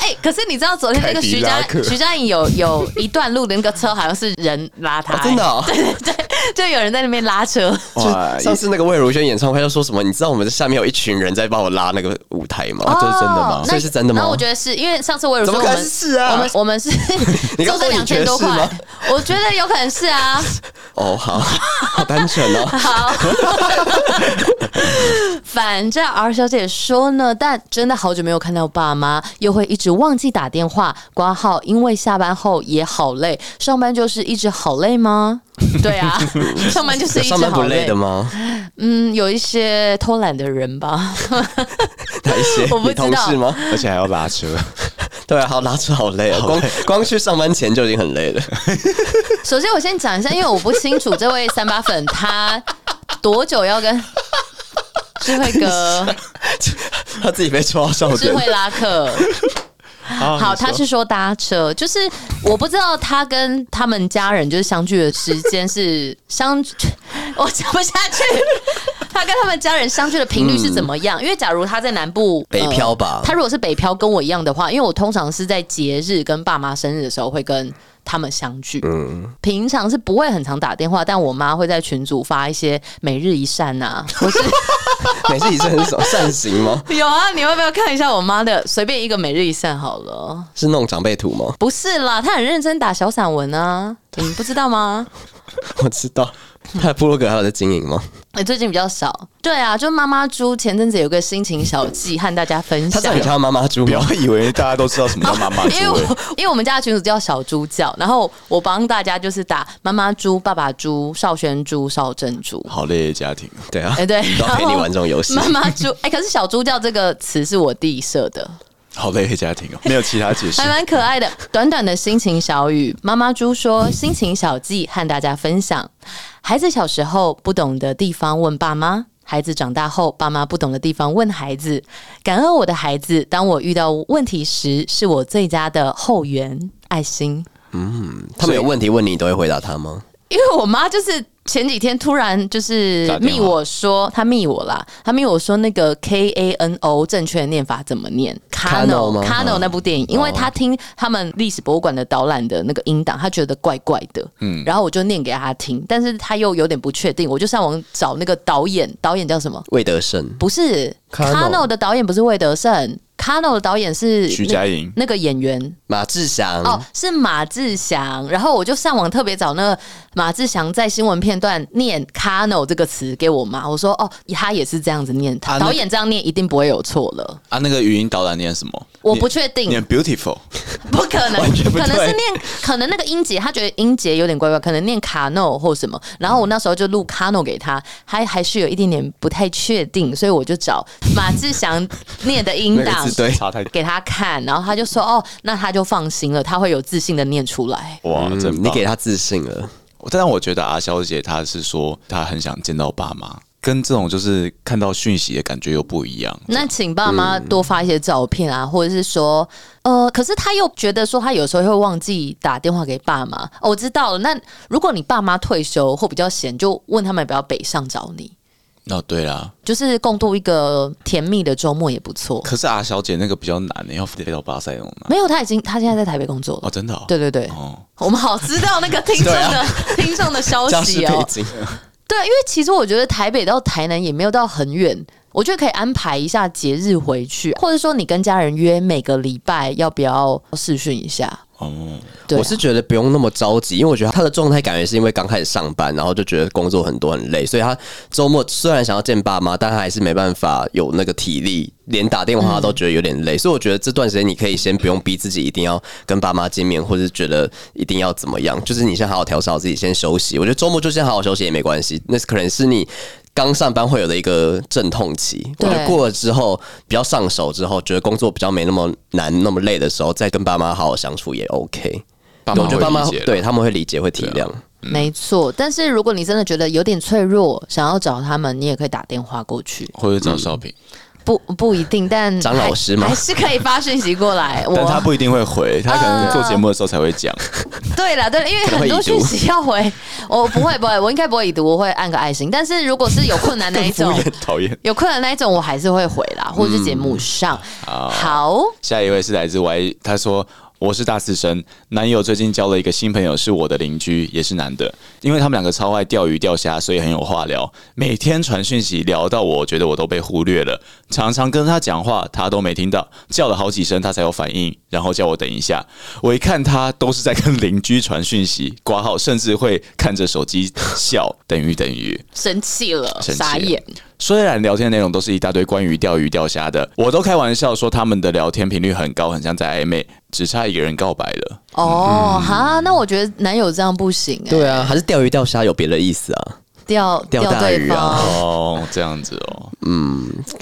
A: 哎、可是你知道昨天那个徐佳
E: 凯迪拉克
A: 徐佳莹有有一段路的那个车好像是人拉他、
D: 哦真的哦
A: 对对对，就有人在那边拉车，
E: 哇，
D: 上次那个魏如萱演唱会，他说什么？你知道我们下面有一群人在帮我拉那个舞台吗？
E: 这是真的吗
A: 哦
D: 所以是真的吗
A: 那我觉得是因为上次我有说
D: 怎
A: 我
D: 么可能
A: 们
D: 是啊
A: 我们我们是
D: 你
A: 做
D: 刚说
A: 这
D: 你
A: 两
D: 觉
A: 千
D: 得
A: 多
D: 是
A: 块
D: 吗，
A: 我觉得有可能是 啊。
D: 哦，好好单纯哦。
A: 好，反正 R 小姐说呢，但真的好久没有看到爸妈，又会一直忘记打电话挂号，因为下班后也好累，上班就是一直好累 吗？对啊，上班就是一直
D: 上班
A: 好
D: 不累的吗？
A: 嗯，有一些偷懒的人吧，
D: 哪一 些？
A: 我不知
D: 你
A: 道
D: 同事吗？
E: 而且还要拉车，
D: 对啊，好拉扯，好累啊！光光去上班前就已经很累了。
A: 首先我先讲一下，因为我不清楚这位三八粉他多久要跟智慧哥、
D: 他自己被戳到笑
A: 智
D: 点，
A: 慧拉客。
E: 哦
A: 好，他是说搭车，就是我不知道他跟他们家人就是相聚的时间是相， 我讲不下去。他跟他们家人相聚的频率是怎么样？因为假如他在南部呃
D: 北漂吧
A: 他如果是北漂跟我一样的话，因为我通常是在节日跟爸妈生日的时候会跟他们相聚，平常是不会很常打电话，但我妈会在群组发一些每日一善啊，或是。
D: 每次一次很少善行吗？
A: 有啊，你要不要看一下我妈的？随便一个每日一善好了。
D: 是弄长辈图吗？
A: 不是啦，她很认真打小散文啊，你们不知道吗？
D: 我知道，他的部落格还有在经营吗？
A: 哎、最近比较少。对啊，就妈妈猪前阵子有个心情小记和大家分
D: 他
A: 享
D: 知道。你叫他妈妈猪
E: 不
D: 吗
E: 要？以为大家都知道什么叫妈妈
A: 哦因为
E: 猪、
A: 我
E: 欸，
A: 因为我们家的群主叫小猪叫，然后我帮大家就是打妈妈猪、爸爸猪、少轩猪、少正猪。
E: 好累的家庭。哦
D: 对啊，
A: 哎、对，
D: 都
A: 然
D: 陪你
A: 后
D: 玩这种游戏
A: 妈。妈猪，哎、可是小猪叫这个词是我弟设的。
E: 好累的家庭 哦，没有其他解释
A: 还。蛮可爱的。短短的心情小语，妈妈猪说心情小记和大家分享。孩子小时候不懂的地方问爸妈，孩子长大后爸妈不懂的地方问孩子。感恩我的孩子，当我遇到问题时，是我最佳的后援爱心。
D: 他们有问题问你，你都会回答他吗？
A: 因为我妈就是前几天突然就是
E: 打电
A: 密
E: 话
A: 我说，她密我啦，她密我说那个 K A N O 正确的念法怎么念
D: Kano 吗
E: 嗯
A: Kano 那部电影，因为她听他们历史博物馆的导览的那个音档，她觉得怪怪的，嗯，然后我就念给她听，但是她又有点不确定，我就上网找那个导演，导演叫什么？
D: 魏德胜
A: 不是
D: Kano
A: Kano 的导演不是魏德胜，Kano 的导演是
E: 徐
A: 那
E: 佳莹
A: 那个演员，
D: 马志祥
E: 嗯
A: 哦，是马志祥。然后我就上网特别找那个马志祥在新闻片段念 “cano” 这个词给我妈，我说哦，他也是这样子念，
E: 啊那
A: 导演这样念一定不会有错了。
E: 啊，那个语音导览念什么？
A: 我不确 定，
E: 念 beautiful，
A: 不可能，
E: 全不
A: 可能
E: 对
A: 是念，可能那个音节，他觉得音节有点怪怪，可能念 “cano” 或什么。然后我那时候就录 “cano” 给他，还还是有一点点不太确定，所以我就找马志祥念的音档
D: 那个字对
E: 差太
A: 给他看，然后他就说哦，那他就放心了，他会有自信的念出来。
E: 哇，
D: 嗯
E: 真棒
D: 你给他自信了。
E: 但我觉得阿肖姐她是说她很想见到爸妈，跟这种就是看到讯息的感觉又不一样。
A: 那请爸妈多发一些照片啊，或者是说，呃，可是他又觉得说他有时候会忘记打电话给爸妈。哦，我知道了。那如果你爸妈退休或比较闲，就问他们要不要北上找你，
E: 哦，对啦，
A: 就是共度一个甜蜜的周末也不错。
E: 可是阿小姐那个比较难，要飞到巴塞隆呢。
A: 没有，他已经他现在在台北工作了。
E: 哦，真的、哦，
A: 对对对，
E: 哦，啊
A: 我们好知道那个 听众的、听众的消
D: 家世
A: 息
D: 背
A: 哦。
D: 景，
A: 对，因为其实我觉得台北到台南也没有到很远，我觉得可以安排一下节日回去，或者说你跟家人约每个礼拜要不要视讯一下。
E: 哦，
A: 对啊、
D: 我是觉得不用那么着急，因为我觉得他的状态感觉是因为刚开始上班，然后就觉得工作很多很累，所以他周末虽然想要见爸妈，但他还是没办法有那个体力，连打电话他都觉得有点累。所以我觉得这段时间你可以先不用逼自己一定要跟爸妈见面，或是觉得一定要怎么样，就是你先好好调试好自己，先休息。我觉得周末就先好好休息也没关系，那可能是你。刚上班会有的一个阵痛期，我
A: 对
D: 觉得过了之后比较上手之后，觉得工作比较没那么难、那么累的时候，再跟爸妈好好相处也 OK。
E: 爸
D: 对我觉得爸妈
E: 会理解啊
D: 对他们会理解，会体谅。
A: 没错。但是如果你真的觉得有点脆弱，想要找他们，你也可以打电话过去，
E: 或者找少平，
A: 不不一定，但
D: 张老师吗
A: 还还是可以发讯息过 来。
E: 但他
A: 我
E: 不一定会回，他可能做节目的时候才会讲。
A: 对了对啦，因为
D: 可能
A: 很
D: 会
A: 多
D: 已读
A: 讯息要回，我不会不会，我应该不会已读，我会按个爱心。但是如果是有困难那一种，
E: 讨厌。
A: 有困难那一种，我
D: 嗯
A: 还是会回啦，或者是节目上。好。
E: 下一位是来自 Y，他说。我是大四生，男友最近交了一个新朋友，是我的邻居，也是男的。因为他们两个超爱钓鱼钓虾，所以很有话聊，每天传讯息聊到我觉得我都被忽略了，常常跟他讲话，他都没听到，叫了好几声他才有反应，然后叫我等一下。我一看他都是在跟邻居传讯息，挂号，甚至会看着手机笑，等于等于。
A: 生气了，
E: 生气
A: 傻
E: 了
A: 眼。
E: 虽然聊天内容都是一大堆关于钓鱼钓虾的，我都开玩笑说他们的聊天频率很高，很像在暧昧，只差一个人告白了。
A: 哦，哈，那我觉得男友这样不行、欸，
D: 嗯对啊，还是钓鱼钓虾有别的意思啊？
A: 钓
D: 钓
A: 钓
D: 大
A: 对
D: 鱼啊
A: 方。
E: 哦，这样子哦，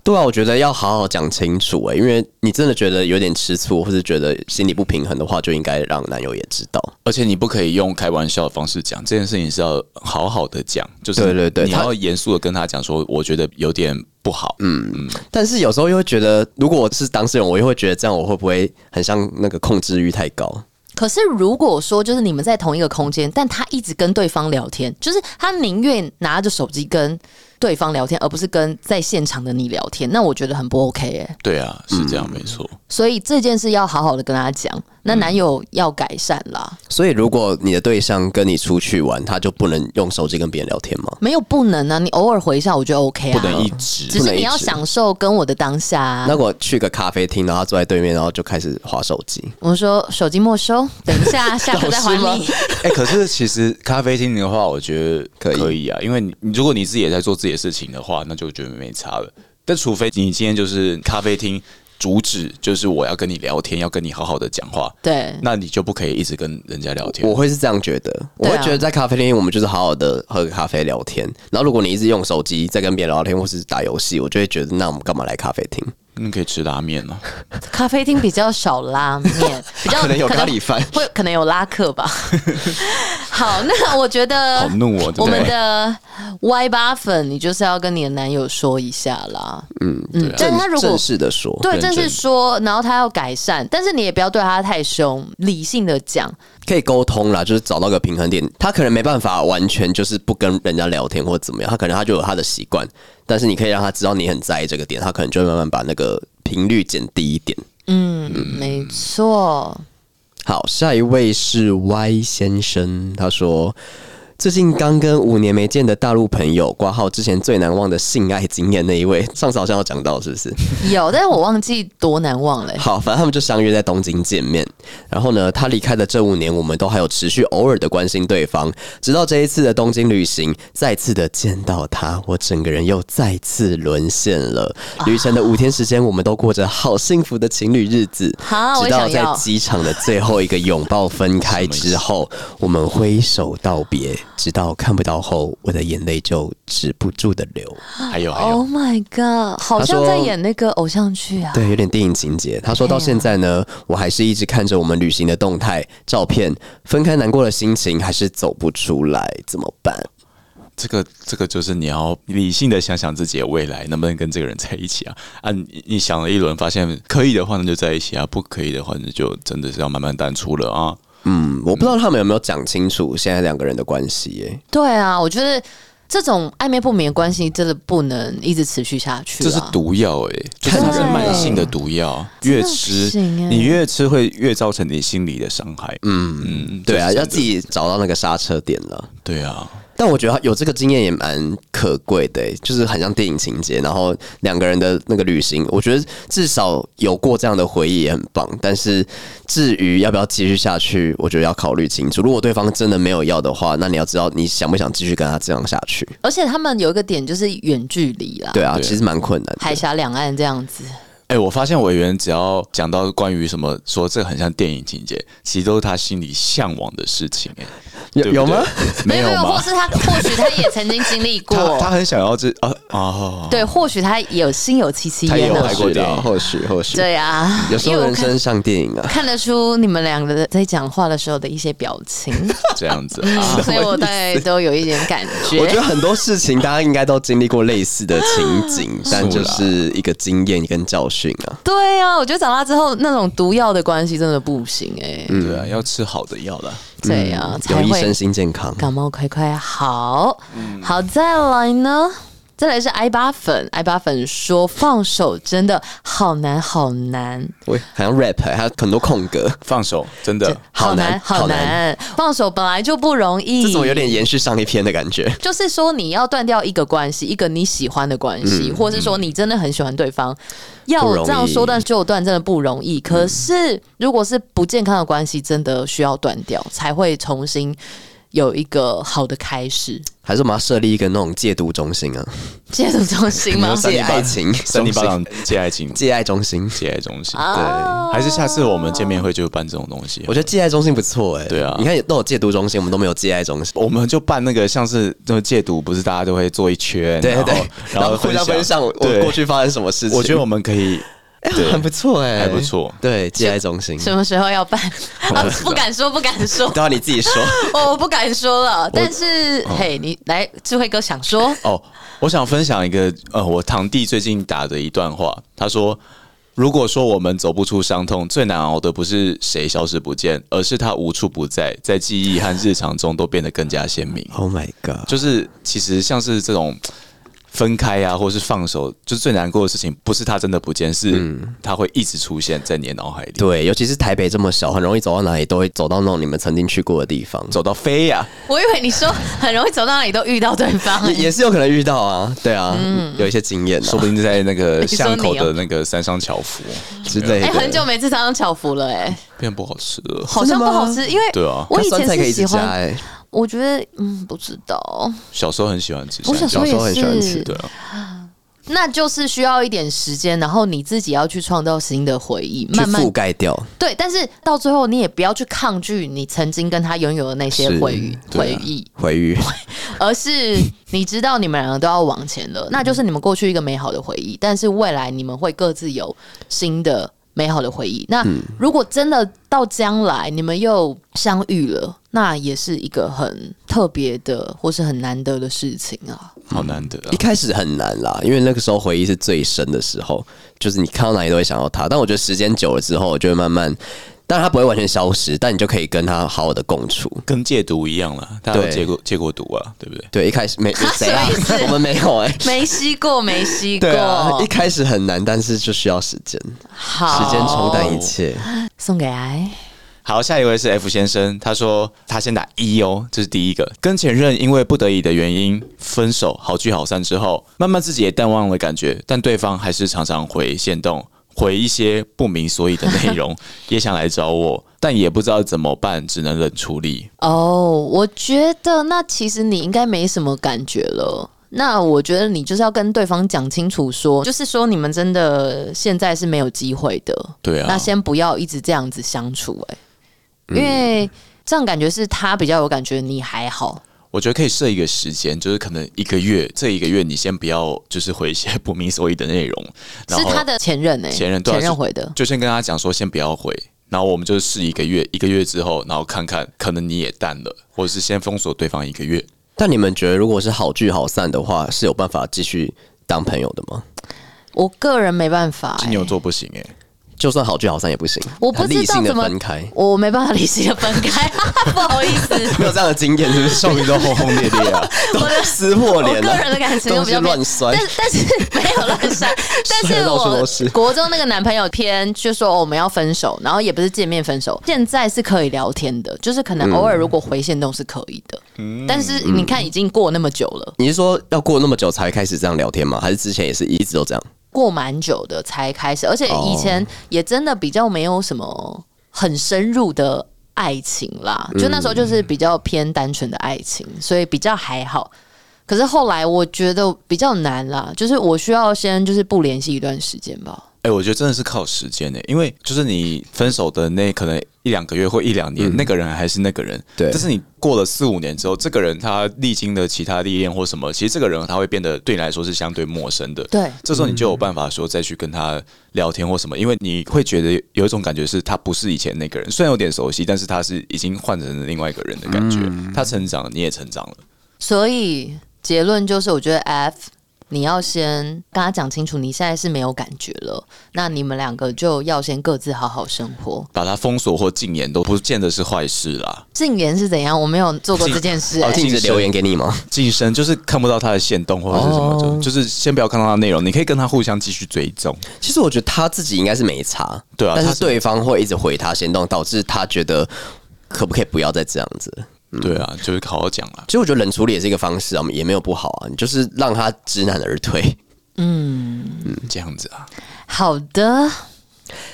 D: 对啊，我觉得要好好讲清楚哎、因为你真的觉得有点吃醋，或是觉得心里不平衡的话，就应该让男友也知道。
E: 而且你不可以用开玩笑的方式讲这件事情，是要好好的讲，就是
D: 对对对
E: 你
D: 他
E: 要严肃的跟他讲说，我觉得有点不好，嗯，
D: 但是有时候又会觉得，如果我是当事人，我又会觉得这样我会不会很像那个控制欲太高？
A: 可是如果说就是你们在同一个空间，但他一直跟对方聊天，就是他宁愿拿着手机跟对方聊天，而不是跟在现场的你聊天，那我觉得很不 OK 哎、
E: 对啊，是这样没错。
A: 所以这件事要好好的跟他讲，那男友要改善啦，
D: 所以如果你的对象跟你出去玩，他就不能用手机跟别人聊天吗？
A: 没有不能啊，你偶尔回一下我觉得 OK 啊，
E: 不能一直
A: 只是你要
D: 不能一直
A: 享受跟我的当下、啊
D: 那。我去个咖啡厅，然后他坐在对面，然后就开始划手机。
A: 我说手机没收，等一 下下课再还
D: 老
A: 你。
E: 哎、可是其实咖啡厅的话，我觉得
D: 可以
E: 可以啊，因为你你如果你自己也在做自己的事情的话，那就觉得没差了。但除非你今天就是咖啡厅主旨就是我要跟你聊天，要跟你好好的讲话，
A: 对，
E: 那你就不可以一直跟人家聊天。
D: 我会是这样觉得，我
A: 对啊
D: 会觉得在咖啡厅我们就是好好的喝个咖啡聊天。然后如果你一直用手机在跟别人聊天或是打游戏，我就会觉得那我们干嘛来咖啡厅？
E: 你可以吃拉面 啊，
A: 咖啡厅比较少拉面，比较
D: 可能有咖喱饭
A: 会可能有拉客 吧。好，那我觉得
E: 好怒哦，对不
A: 啊我们
E: 对？
A: 的 Y 八粉，你就是要跟你的男友说一下啦。嗯嗯，但
D: 正
A: 是他如
D: 啊正
A: 果
D: 式的说，
A: 对，
E: 认
A: 正
E: 真
A: 是说，然后他要改善，但是你也不要对他太凶，理性的讲。
D: 可以沟通啦，就是找到个平衡点。他可能没办法完全就是不跟人家聊天或怎么样，他可能他就有他的习惯，但是你可以让他知道你很在意这个点，他可能就会慢慢把那个频率减低一点。
A: 嗯，没错。
D: 好，下一位是 Y 先生，他说。最近刚跟五年没见的大陆朋友挂号，之前最难忘的性爱经验那一位，上次好像有讲到，是不是？
A: 有，但是我忘记多难忘了、
D: 好，反正他们就相约在东京见面。然后呢，他离开的这五年，我们都还有持续偶尔的关心对方，直到这一次的东京旅行，再次的见到他，我整个人又再次沦陷了。旅程的五天时间，我们都过着好幸福的情侣日子。
A: 好，我
D: 直
A: 也
D: 到
A: 想
D: 在
A: 要。
D: 机场的最后一个拥抱分开之后，我们挥手道别，直到看不到后，我的眼泪就止不住的流。
E: 还有还有
A: Oh my god，好像
D: 哎说
A: 在演那个偶像剧啊。
D: 对，有点电影情节。他说到现在呢，我还是一直看着我们旅行的动态、照片，分开难过的心情还是走不出来，怎么办？
E: 这个这个就是你要理性的想想自己的未来能不能跟这个人在一起啊？啊，你你想了一轮，发现可以的话，那就在一起啊；不可以的话，那就真的是要慢慢淡出了啊。
D: 嗯，我不知道他们有没有讲清楚现在两个人的关系耶、
A: 对啊，我觉得这种暧昧不明的关系真的不能一直持续下去、啊。
E: 这是毒药哎、就是
D: 看
E: 是
D: 人
E: 慢性的毒药，
A: 真的
E: 越
A: 不
E: 吃、
A: 行欸
E: 你越吃会越造成你心理的伤害。嗯嗯，
D: 对啊，
E: 这是真的
D: 要自己找到那个刹车点了。
E: 对啊，
D: 但我觉得有这个经验也蛮可贵的、欸就是很像电影情节，然后两个人的那个旅行，我觉得至少有过这样的回忆也很棒。但是至于要不要继续下去，我觉得要考虑清楚。如果对方真的没有要的话，那你要知道你想不想继续跟他这样下去。
A: 而且他们有一个点就是远距离啦，
D: 对啊，
E: 对
D: 其实蛮困难
A: 海
D: 的。
A: 峡两岸这样子。
E: 哎、我发现委员只要讲到关于什么说这很像电影情节，其实都是他心里向往的事情、哎，对
D: 有
E: 不对
D: 有吗？
E: 没有
A: 或
E: 吗？
A: 是他 或许他也曾经经历
E: 他他
A: 过，
E: 很想要这啊 啊，
A: 对，或许他也有心有戚戚
E: 他也
A: 焉
E: 有
A: 啊
E: 拍过电影
D: 或许或许，
A: 对啊，
D: 有时
A: 因
D: 候
A: 为我
D: 人生像电影啊。
A: 看看得出你们两个在讲话的时候的一些表 情，
E: 这样子啊。
A: 嗯所以我大概都有一点感
D: 我觉
A: 觉
D: 得。很多事情大家应该都经历过类似的情景，但就是一个经验跟教训啊。
A: 对啊，我觉得长大之后那种毒药的关系真的不行哎、
E: 对啊，要吃好的药啦。
A: 对啊，
D: 嗯有
A: 才
D: 益
A: 会
D: 身心健康。嗯
A: 感冒快快好。好，再来呢，再来是 I 八粉，I 八粉说放手真的好难好难，
D: 我好像 rap，还有欸很多空格，
E: 放手，真的
D: 好难
A: 好
D: 好难
A: 难，放手本来就不容易。
D: 这种有点延续上一篇的感觉。
A: 就是说，你要断掉一个关系，一个你喜欢的关系，或是说你真的很喜欢对方，要
D: 嗯不容易嗯
A: 这样说断就断，真的不容易。可是，如果是不健康的关系，真的需要断掉，才会重新有一个好的开始。
D: 还是我们要设立一个那种戒毒中心啊，
A: 戒毒中心吗？
D: 戒爱情
E: 三
D: 中
E: 零八
D: 心，
E: 档借爱情，
D: 戒爱中心。
E: 借爱中心，
A: 啊
E: 对，还是下次我们见面会就办这种东西
D: 我。觉得戒爱中心不错哎、
E: 对啊
D: 你看都有戒毒中心，我们都没有戒爱中心。
E: 我们就办那个像是那个戒毒，不是大家都会做一圈，
D: 对
E: 然后
D: 对，然 后互相分享我我过，去发生什么事
E: 对
D: 情。
E: 我觉得我们可以，对
D: 很不错哎、
E: 还不错
D: 对，戒爱中心，
A: 什么时候要 办？啊，不敢说，不敢说，
D: 都要你自己说。
A: 我我不敢说了。但是，
D: 哦
A: 嘿，你来，智慧哥想说，
E: 哦，我想分享一个呃，我堂弟最近打的一段话，他说：“如果说我们走不出伤痛，最难熬的不是谁消失不见，而是他无处不在，在记忆和日常中都变得更加鲜明。
D: Oh my god！
E: 就是其实像是这种。”分开啊，或是放手，就是最难过的事情，不是他真的不见，是他会一直出现在你的脑海里。
D: 嗯对，尤其是台北这么小，很容易走到哪里都会走到那种你们曾经去过的地方，
E: 走到飞啊呀、
A: 我以为你说很容易走到哪里都遇到对方、
D: 也
A: 欸
D: 也是有可能遇到啊。对啊，
A: 嗯
D: 有一些经验、啊，
E: 说不定在那个
A: 说
E: 巷口
A: 你哦
E: 的那个三商巧福，
D: 之类的。
A: 哎、很久没吃三张巧福了、哎。
E: 变不好吃了。
A: 好像不好吃，因为
E: 对啊
A: 我以前
D: 酸菜可以
A: 是
D: 一直
A: 喜
D: 加
A: 欢，
D: 哎、
A: 我觉得嗯不知道，
E: 小时候很喜欢吃
A: 我
E: 三
A: 小
E: 商
A: 时候
E: 巧，
A: 也
D: 小时候很喜欢
A: 是
D: 吃，
E: 对啊，
A: 那就是需要一点时间，然后你自己要去创造新的回忆，慢慢
D: 去覆盖掉。
A: 对，但是到最后你也不要去抗拒你曾经跟他拥有的那些
D: 是
A: 回忆
E: 对
A: 回
E: 啊
A: 忆，
D: 回忆，
A: 而是你知道你们两个都要往前
D: 嗯
A: 了，那就是你们过去一个美好的回忆，但是未来你们会各自有新的美好的回忆。那
D: 嗯
A: 如果真的到将来你们又相遇了，那也是一个很特别的或是很难得的事情啊。
E: 好难得啊
D: 一！开始很难啦，因为那个时候回忆是最深的时候，就是你看到哪里都会想到他。但我觉得时间久了之后，就会慢慢，当然他不会完全消失，但你就可以跟他好好的共处。
E: 跟戒毒一样啦，大家有
D: 对
E: 戒过戒过毒啊，对不对？
D: 对，一开 始没没谁啊
A: 什么意思，
D: 我们没有哎、
A: 没吸过，没吸过，
D: 对啊，一开始很难，但是就需要时间，
A: 好，
D: 时间冲淡一切。
A: 送给爱。
E: 好，下一位是 F 先生，他说他先打一哦，这是第一个。跟前任因为不得已的原因分手，好聚好散之后，慢慢自己也淡忘了感觉，但对方还是常常回线动，回一些不明所以的 内容，也想来找我，但也不知道怎么办，只能冷处理。
A: 哦我觉得那其实你应该没什么感觉了。那我觉得你就是要跟对方讲清楚说就是说你们真的现在是没有机会的。
E: 对啊嗯
A: 那先不要一直这样子相处、欸，因为这样感觉是他比较有感觉，你还好。
E: 我觉得可以设一个时间，就是可能一个月，这一个月你先不要就是回一些不明所以的内容，然
A: 是
E: 后
A: 他的前任哎、欸
E: 前任对啊
A: 前任回的，
E: 就先跟他讲说先不要回，然后我们就试一个月，一个月之后，然后看看可能你也淡了，或者是先封锁对方一个月。
D: 但你们觉得，如果是好聚好散的话，是有办法继续当朋友的吗？
A: 我个人没办法、欸
E: 金牛座不行哎、
D: 就算好聚好散也不行，
A: 我不
D: 很
A: 知
D: 理
A: 道
D: 性的
A: 怎么
D: 分开，
A: 我没办法理性的分开， 不好意思。
D: 没有这样的经验， 是不是？
E: 少女都轰轰烈烈啊，
D: 都撕破
A: 我
D: 脸了，
A: 个人的感情又
D: 东
A: 比
D: 西
A: 较偏
D: 乱摔
A: 但。是但 是没有乱摔，但 是
D: 摔得到处都
A: 我
D: 是
A: 国中那个男朋友偏就说、哦我们要分手，然后也不是见面分手，现在是可以聊天的，就是可能
D: 嗯
A: 偶尔如果回线动是可以的，但是你看已经过那么久了，
D: 你是说要过那么久才开始这样聊天吗？还是之前也是一直都这样？
A: 过蛮久的才开始，而且以前也真的比较没有什么很深入的。爱情啦，就那时候就是比较偏单纯的爱情，所以比较还好。可是后来我觉得比较难啦，就是我需要先就是不联系一段时间吧。
E: 哎、我觉得真的是靠时间哎、因为就是你分手的那可能一两个月或一两年，那个人还是那个人，
D: 对
E: 但是你过了四五年之后，这个人他历经的其他历练或什么，其实这个人他会变得对你来说是相对陌生的，
A: 对
E: 这时候你就有办法说再去跟他聊天或什么，因为你会觉得有一种感觉是他不是以前那个人，虽然有点熟悉，但是他是已经换成了另外一个人的感觉，他成长了，你也成长了。
A: 所以结论就是，我觉得 F 你要先跟他讲清楚，你现在是没有感觉了，那你们两个就要先各自好好生活。
E: 把它封锁或禁言都不见得是坏事啦。
A: 禁言是怎样？我没有做过这件事、
D: 哦，
A: 欸
D: 禁止留言给你吗？
E: 晋升就是看不到他的线动或者是什么，
D: 哦
E: 就就是先不要看到他的内容，你可以跟他互相继续追踪。
D: 其实我觉得他自己应该是没差，
E: 对啊
D: 但
E: 他
D: 是
E: 是
D: 对方会一直回他先动，导致他觉得可不可以不要再这样子？
E: 对啊，就是好好讲啦。
D: 其实我觉得冷处理也是一个方式啊，也没有不好啊，你就是让他知难而退。
E: 这样子啊，
A: 好的，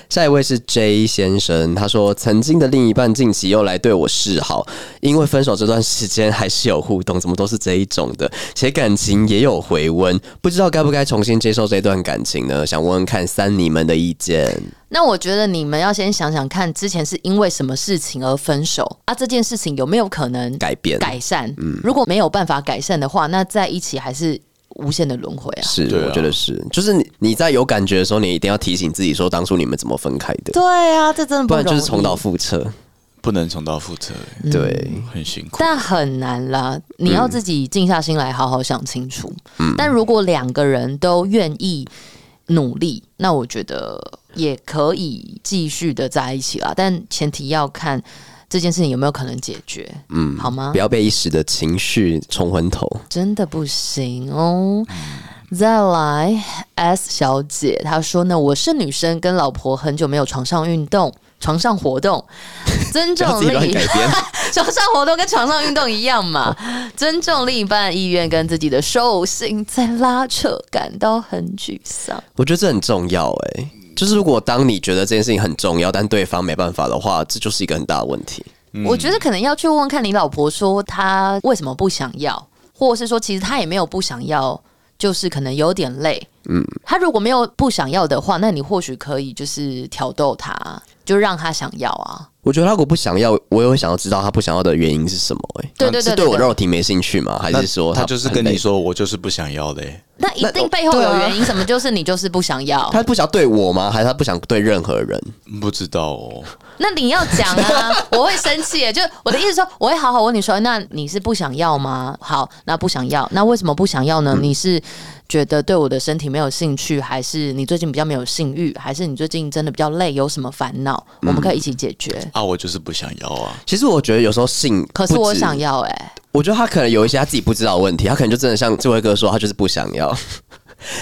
D: 下一位是 J 先生，他说曾经的另一半近期又来对我示好，因为分手这段时间还是有互动，怎么都是这一种的，且感情也有回温，不知道该不该重新接受这段感情呢？想问问看三你们的意见。
A: 那我觉得你们要先想想看，之前是因为什么事情而分手啊？这件事情有没有可能
D: 改变嗯
A: 改善？如果没有办法改善的话，那在一起还是无限的轮回啊。
D: 是，
E: 对啊
D: 我觉得是，就是你你在有感觉的时候，你一定要提醒自己说，当初你们怎么分开的，
A: 对啊，这真的
D: 不然
A: 容易，嗯
D: 就是重蹈覆辙。
E: 不能重蹈覆辙、欸
D: 对，
E: 很辛苦。
A: 但很难啦，你要自己静下心来，好好想清楚。
D: 嗯
A: 但如果两个人都愿意努力，那我觉得也可以继续的在一起啦。但前提要看这件事情有没有可能解决，嗯，好吗
D: 不？要被一时的情绪冲昏头。
A: 真的不行哦。
D: 嗯
A: 再来，S 小姐她说呢，我是女生，跟老婆很久没有床上运动、床上活 动，尊
D: 不要
A: 重
D: 自己乱
A: 另一
D: 改 编，哦
A: 床上活动跟床上运动一样嘛，尊重另一半意愿跟自己的兽性在拉扯，感到很沮丧。
D: 我觉得这很重要哎、就是如果当你觉得这件事情很重要，但对方没办法的话，这就是一个很大的问题。
A: 我觉得可能要去问问看你老婆说她为什么不想要，或者是说其实她也没有不想要，就是可能有点累。嗯，她如果没有不想要的话，那你或许可以就是挑逗她，就让她想要啊。
D: 我觉得他如果不想要，我也会想要知道他不想要的原因是什么、欸。
A: 对对对
D: 是
A: 对
D: 对我
A: 对
D: 肉体没兴趣吗？还是说
E: 他就是跟
D: 很
E: 你
D: 累？
E: 说，我就是不想要的、欸
A: 那哦啊一定背后有原因，什么就是你就是不想要。
D: 他不想对我吗？还是他不想对任何人？
E: 不知道哦。
A: 那你要讲啊， 我会生气耶。就我的意思说，我会好好问你说，那你是不想要吗？好，那不想要，那为什么不想要呢？你是觉得对我的身体没有兴趣，还是你最近比较没有性欲，还是你最近真的比较累，有什么烦恼？我们可以一起解决。
E: 啊，我就是不想要啊。
D: 其实我觉得有时候性，
A: 可是我想，要哎、
D: 我觉得他可能有一些他自己不知道的问题，他可能就真的像智慧哥说，他就是不 想要。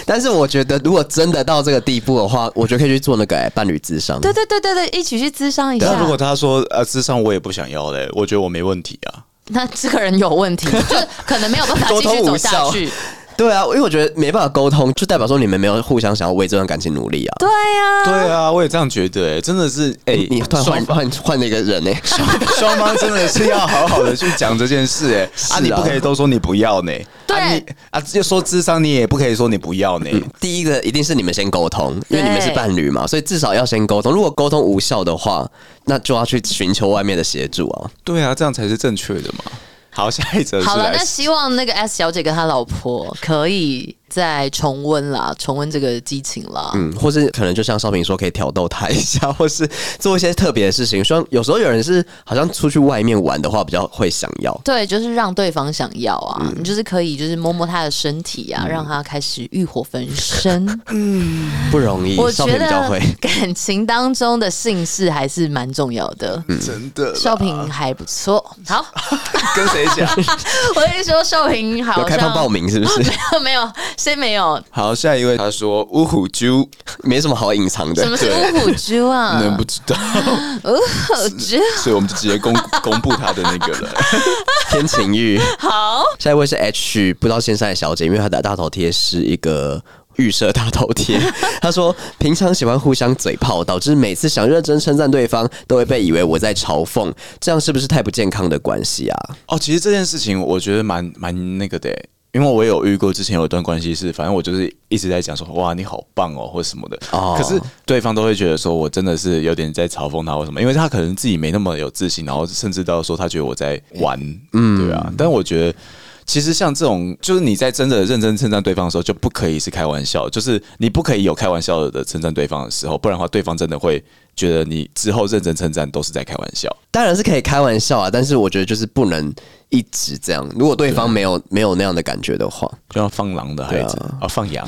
D: 但是我觉得，如果真的到这个地步的话，我觉得可以去做那个、欸伴侣智商。
A: 对对对对对，一起去咨商一
E: 但
A: 下
E: 如。果他说啊，智商我也不想要嘞、我觉得我没问题啊。
A: 那这个人有问题，就是可能没有办法继
D: 沟通
A: 续走
D: 无
A: 下
D: 效
A: 去。
D: 对啊，因为我觉得没办法沟通，就代表说你们没有互相想要为这段感情努力啊。
A: 对呀、
E: 对啊，我也这样觉得、欸，真的是哎、
D: 你你突然换
E: 双
D: 换换了一个人欸 呢、
E: 双方真的是要好好的去讲这件事、欸，哎，啊，
D: 啊
E: 你不可以都说你不要呢、
A: 对
E: 啊你啊，就说智商你也不可以说你不要呢、
D: 第一个一定是你们先沟通，因为你们是
A: 对
D: 伴侣嘛，所以至少要先沟通。如果沟通无效的话，那就要去寻求外面的协助啊。
E: 对啊，这样才是正确的嘛。好，下一则是
A: 好了，
E: 来
A: 那希望那个 S 小姐跟她老婆可以再重温啦，重温这个激情啦。
D: 嗯，或是可能就像少平说，可以挑逗他一下，或是做一些特别的事情。虽然有时候有人是好像出去外面玩的话，比较会想要。
A: 对，就是让对方想要啊，
D: 嗯
A: 你就是可以就是摸摸她的身体啊，让她开始欲火焚 身。
D: 不容易
A: 我，
D: 少
A: 觉
D: 平比较
A: 得
D: 会。
A: 感情当中的性事还是蛮重要的。
E: 真的啦
A: 少平还不错， 好，
E: 跟谁讲？
A: 我跟你说，少平好
D: 啊有
A: 像
D: 开放报名是不是？
A: 没有，先没有，
E: 好，下一位他说呜呼啾，
D: 没什么好隐藏的
A: 什。么是乌虎猪 啊？
E: 嗯能不知道，
A: 乌虎猪
E: 所以我们就直接公公布他的那个了。
D: 天晴玉，
A: 好。
D: 下一位是 H，不知道现在的小姐，因为她的大头贴是一个。预设大头贴，她说平常喜欢互相嘴炮，导致每次想认真称赞对方，都会被以为我在嘲讽，这样是不是太不健康的关系啊？
E: 哦，其实这件事情我觉得蛮蛮那个的欸，因为我也有遇过之前有一段关系是，反正我就是一直在讲说哇你好棒哦或什么的，
D: 哦
E: 可是对方都会觉得说我真的是有点在嘲讽他或什么，因为他可能自己没那么有自信，然后甚至到说他觉得我在玩，嗯，对啊，但我觉得。其实像这种，就是你在真的认真称赞对方的时候，就不可以是开玩笑，就是你不可以有开玩笑的称赞对方的时候，不然的话，对方真的会觉得你之后认真称赞都是在开玩笑。
D: 当然是可以开玩笑啊，但是我觉得就是不能一直这样。如果对方没有没有那样的感觉的话，
E: 就像放狼的孩子
D: 对
E: 啊 放羊，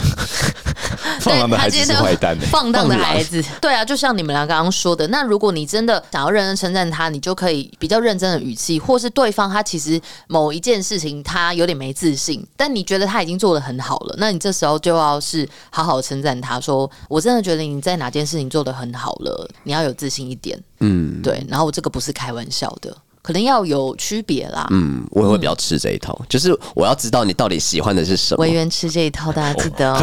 E: 放狼的孩子是坏蛋、欸，
A: 放荡的孩
E: 子。
A: 子。对啊，就像你们俩刚刚说的，那如果你真的想要认真称赞他，你就可以比较认真的语气，或是对方他其实某一件事情他有点没自信，但你觉得他已经做的很好了，那你这时候就要是好好称赞他说，我真的觉得你在哪件事情做的很好了，你要有自信一点。嗯，对。然后我这个不是开玩笑的，可能要有区别啦。
D: 嗯，我也会比较吃这一套，就是我要知道你到底喜欢的是什么
A: 委。员吃这一套，大家记得哦。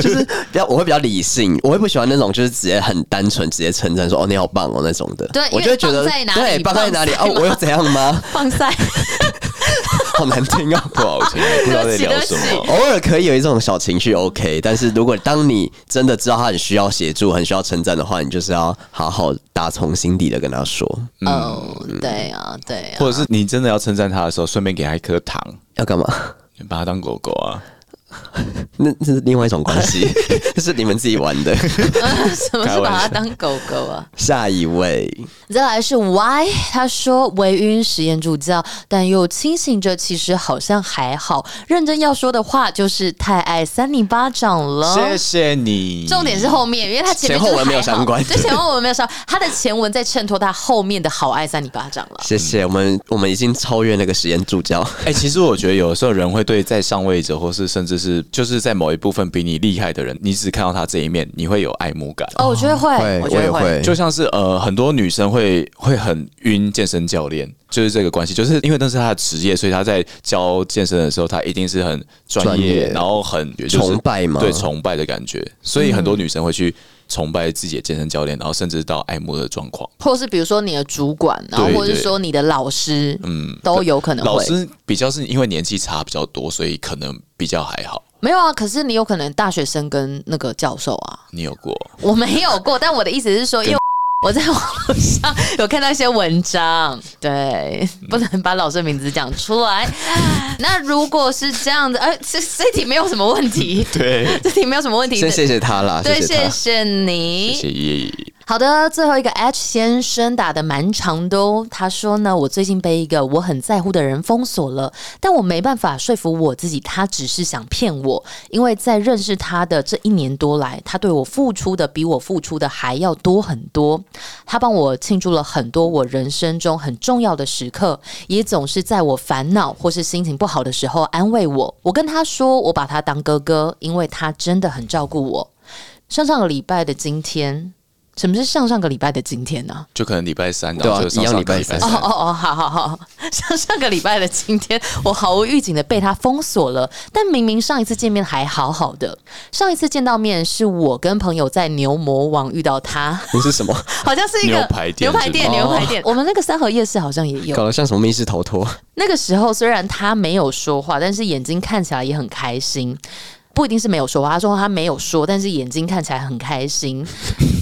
D: 就是比较，我会比较理性，我会不喜欢那种就是直接很单纯直接称赞说哦你好棒哦那种的。
A: 对
D: 我就会觉
A: 因
D: 得
A: 为棒在哪里
D: 对棒在哪里
A: 棒
D: 哦
A: 在哪，
D: 我有怎样吗？
A: 放 晒，
D: 好难听啊，不好听。
E: 不知道在聊
A: 对不起
E: 什
A: 对不
E: 么
A: 起。
D: 偶尔可以有一种小情绪，OK。但是如果当你真的知道他很需要协助、很需要称赞的话，你就是要好好打从心底的跟他说，
E: 嗯
A: 哦，对啊，对啊。
E: 或者是你真的要称赞他的时候，顺便给他一颗糖，
D: 要干嘛？
E: 把他当狗狗啊。
D: 那这是另外一种关 系，这是你们自己玩的。
A: 什么是把它当狗狗啊？
D: 下一位，
A: 再来是 Y，他说微晕实验助教，但又清醒着，其实好像还好。认真要说的话，就是太爱三你巴掌了。
E: 谢谢你。
A: 哦重点是后面，因为他前面
D: 前后
A: 就是还
D: 文
A: 好
D: 没有相关
A: 对前后文没有相关，他的前文在衬托他后面的好爱三你巴掌了。
D: 谢谢我们，我们已经超越那个实验助教。
E: 哎、其实我觉得有的时候人会对在上位者，或是甚至是就是在某一部分比你厉害的人，你只看到他这一面，你会有爱慕感。
A: 哦，我觉得会，我觉得会，
E: 就像是呃，很多女生会会很晕健身教练，就是这个关系，就是因为那是她的职业，所以她在教健身的时候，她一定是很专
D: 专
E: 业，
D: 业
E: 然后很、就是
D: 崇拜吗
E: 对，崇拜的感觉。所以很多女生会去崇拜自己的健身教练，然后甚至到爱慕的状况。
A: 或是比如说你的主管，然后
E: 对
A: 或者
E: 对
A: 是说你的老师，嗯，都有可能
E: 老
A: 会。
E: 师比较是因为年纪差比较多，所以可能比较还好。
A: 没有啊，可是你有可能大学生跟那个教授啊，
E: 你有过？
A: 我没有过，但我的意思是说，因为我在网络上有看到一些文 章，对，不能把老师的名字讲出来。 那如果是这样的，呃，这这题没有什么问题，
E: 对，
A: 这题没有什么问题。
D: 先谢谢他啦，
A: 对，
D: 谢他
A: 谢。谢你。
E: 谢谢。
A: 好的，最后一个 H 先生打的蛮长的哦。他说呢，我最近被一个我很在乎的人封锁了，但我没办法说服我自己，他只是想骗我。因为在认识他的这一年多来，他对我付出的比我付出的还要多很多。他帮我庆祝了很多我人生中很重要的时刻，也总是在我烦恼或是心情不好的时候安慰我。我跟他说，我把他当哥哥，因为他真的很照顾我。上上个礼拜的今天，什么是上上个礼拜的今天呢、
E: 就可能礼拜三，
D: 对啊
E: 然后就上
D: 一样
E: 上
D: 礼拜
E: 个
D: 三
A: 哦哦哦，好好好， 上上个礼拜的今天，我毫无预警的被他封锁了。但明明上一次见面还好好的，上一次见到面是我跟朋友在牛魔王遇到他，
D: 你是什么？
A: 好像是一个
E: 牛排店
A: 牛排店，
E: 是
A: 牛排店。哦我们那个三合夜市好像也有
D: 搞。得像什么密室逃 脱？
A: 那个时候虽然他没有说话，但是眼睛看起来也很开心。不一定是没有说话，他说他没有说，但是眼睛看起来很开心。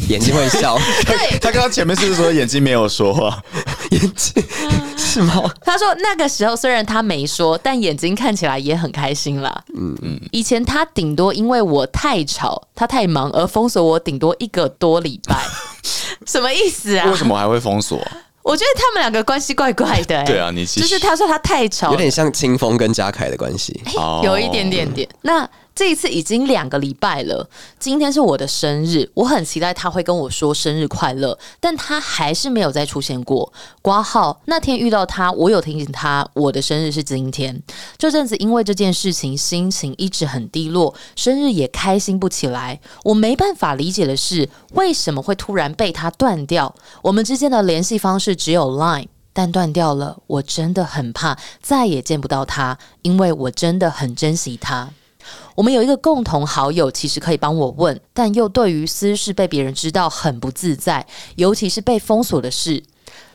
D: 眼睛 会笑，
A: 对，
E: 他刚刚前面是不是说眼睛没有 说话？
D: 眼睛是吗？
A: 他说那个时候虽然他没说，但眼睛看起来也很开心啦。嗯嗯，以前他顶多因为我太吵，他太忙而封锁我，顶多一个多礼拜。什么意思啊
E: 为？什么还会封锁？
A: 我觉得他们两个关系怪怪的、欸。
E: 对啊你继
A: 就
E: 续
A: 是他说他太吵，
D: 有点像清风跟嘉凯的关系。
E: 哦
A: 有一点点点。那这一次已经两个礼拜了，今天是我的生日，我很期待他会跟我说生日快乐，但他还是没有再出现过。挂号那天遇到他，我有提醒他我的生日是今天。这阵子因为这件事情，心情一直很低落，生日也开心不起来。我没办法理解的是，为什么会突然被他断掉？我们之间的联系方式只有 Line。但断掉了，我真的很怕再也见不到他，因为我真的很珍惜他。我们有一个共同好友，其实可以帮我问，但又对于私事被别人知道很不自在，尤其是被封锁的事。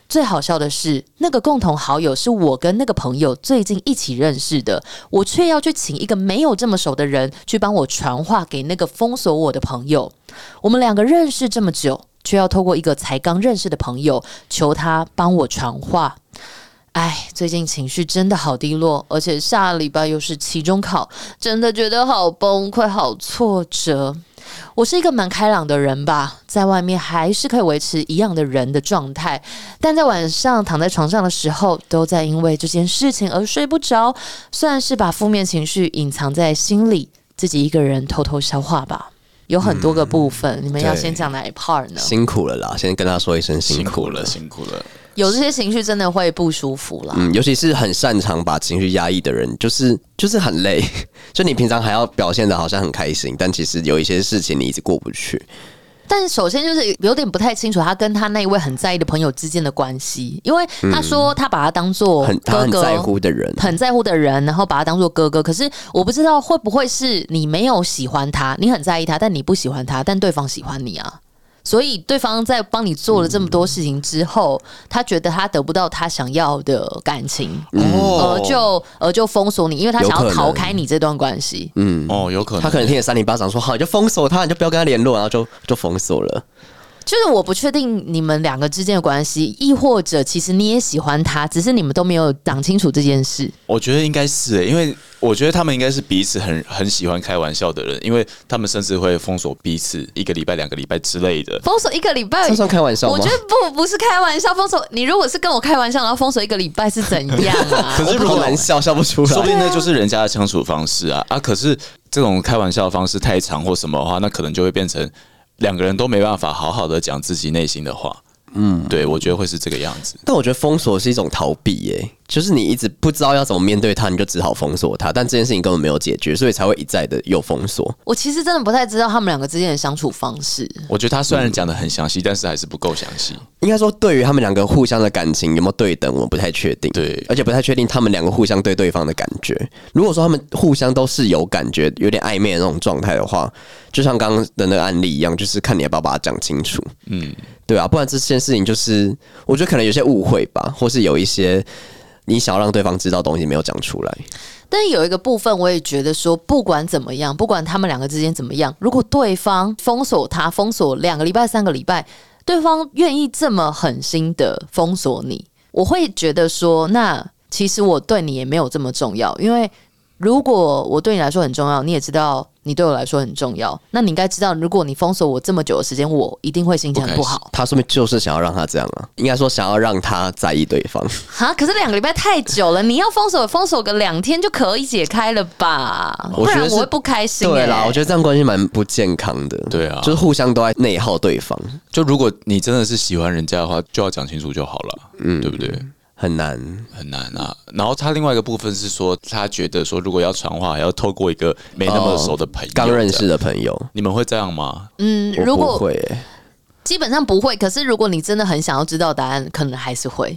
A: 最好笑的是，那个共同好友是我跟那个朋友最近一起认识的，我却要去请一个没有这么熟的人去帮我传话给那个封锁我的朋友。我们两个认识这么久，却要透过一个才刚认识的朋友求他帮我传话。哎，最近情绪真的好低落，而且下礼拜又是期中考，真的觉得好崩溃、好挫折。我是一个蛮开朗的人吧，在外面还是可以维持一样的人的状态，但在晚上躺在床上的时候，都在因为这件事情而睡不着，算是把负面情绪隐藏在心里，自己一个人偷偷消化吧。有很多个部分，你们要
E: 对
A: 先讲哪一 part 呢？
D: 辛苦了啦，先跟他说一声辛
E: 辛
D: 苦
E: 苦
D: 了
E: 了，。辛苦了。
A: 有这些情绪真的会不舒服啦。
D: 嗯，尤其是很擅长把情绪压抑的人，就是就是很累。 就你平常还要表现的好像很开心，但其实有一些事情你一直过不去。
A: 但首先就是有点不太清楚他跟他那一位很在意的朋友之间的关系，因为他说他把他当做
D: 很他
A: 哥
D: 很
A: 哥，
D: 在乎的人，
A: 很在乎的人，然后把他当做哥哥。可是我不知道会不会是你没有喜欢他，你很在意他，但你不喜欢他，但对方喜欢你啊。所以对方在帮你做了这么多事情之后，他觉得他得不到他想要的感情，
E: 哦
A: 而就而就封锁你，因为他
D: 有
A: 想要
D: 可能
A: 逃开你这段关系。
E: 哦，有可能
D: 他可能听了三零八掌说好，你就封锁他，你就不要跟他联络，然后就就封锁了。
A: 就是我不确定你们两个之间的关系，亦或者其实你也喜欢他，只是你们都没有讲清楚这件事。
E: 我觉得应该是欸、因为我觉得他们应该是彼此很很喜欢开玩笑的人，因为他们甚至会封锁彼此一个礼拜、两个礼拜之类的。
A: 封锁一个礼拜
D: 这，算开玩笑
A: 我
D: 吗
A: 觉？得不不是开玩笑。封锁你如果是跟我开玩笑，然后封锁一个礼拜是怎样 啊？
E: 可是
A: 我不
E: 如
D: 好
E: 果
A: 懂
D: 难笑，笑不出
E: 说不
D: 来。
E: 定那就是人家的相处方式啊啊！可是这种开玩笑的方式太长或什么的话，那可能就会变成两个人都没办法好好的讲自己内心的话。嗯，对，我觉得会是这个样子。
D: 但我觉得封锁是一种逃避、耶，就是你一直不知道要怎么面对他，你就只好封锁他，但这件事情根本没有解决，所以才会一再的又封锁。
A: 我其实真的不太知道他们两个之间的相处方式。
E: 我觉得他虽然讲的很详细，但是还是不够详细。
D: 应该说，对于他们两个互相的感情有没有对等，我们不太确定。
E: 对
D: 而且不太确定他们两个互相对对方的感觉。如果说他们互相都是有感觉、有点暧昧的那种状态的话，就像刚刚的那个案例一样，就是看你要不要把它讲清楚。嗯，对啊，不然这件事情就是，我觉得可能有些误会吧，或是有一些你想要让对方知道的东西没有讲出来。
A: 但有一个部分，我也觉得说，不管怎么样，不管他们两个之间怎么样，如果对方封锁他，封锁两个礼拜、三个礼拜，对方愿意这么狠心的封锁你，我会觉得说，那其实我对你也没有这么重要，因为如果我对你来说很重要，你也知道你对我来说很重要，那你应该知道，如果你封锁我这么久的时间，我一定会心情很不好
D: 他说明就是想要让他这样啊，应该说想要让他在意对方。
A: 哈。可是两个礼拜太久了，你要封锁封锁个两天就可以解开了吧？
D: 我
A: 不
D: 觉得
A: 然
D: 是
A: 我会不开心、欸。
D: 对啦，我觉得这样关系蛮不健康的。
E: 对啊
D: 就是互相都在内耗对方。
E: 就如果你真的是喜欢人家的话，就要讲清楚就好了，嗯，对不对？
D: 很难。
E: 很难啊。然后他另外一个部分是说，他觉得说，如果要传话，还要透过一个没那么熟的朋
A: 哦
E: 友，
D: 刚认识，的朋友，
E: 你们会这样吗？
A: 嗯，
D: 我
A: 如
D: 不
A: 果
D: 会欸、
A: 基本上不会，可是如果你真的很想要知道答案，可能还是会。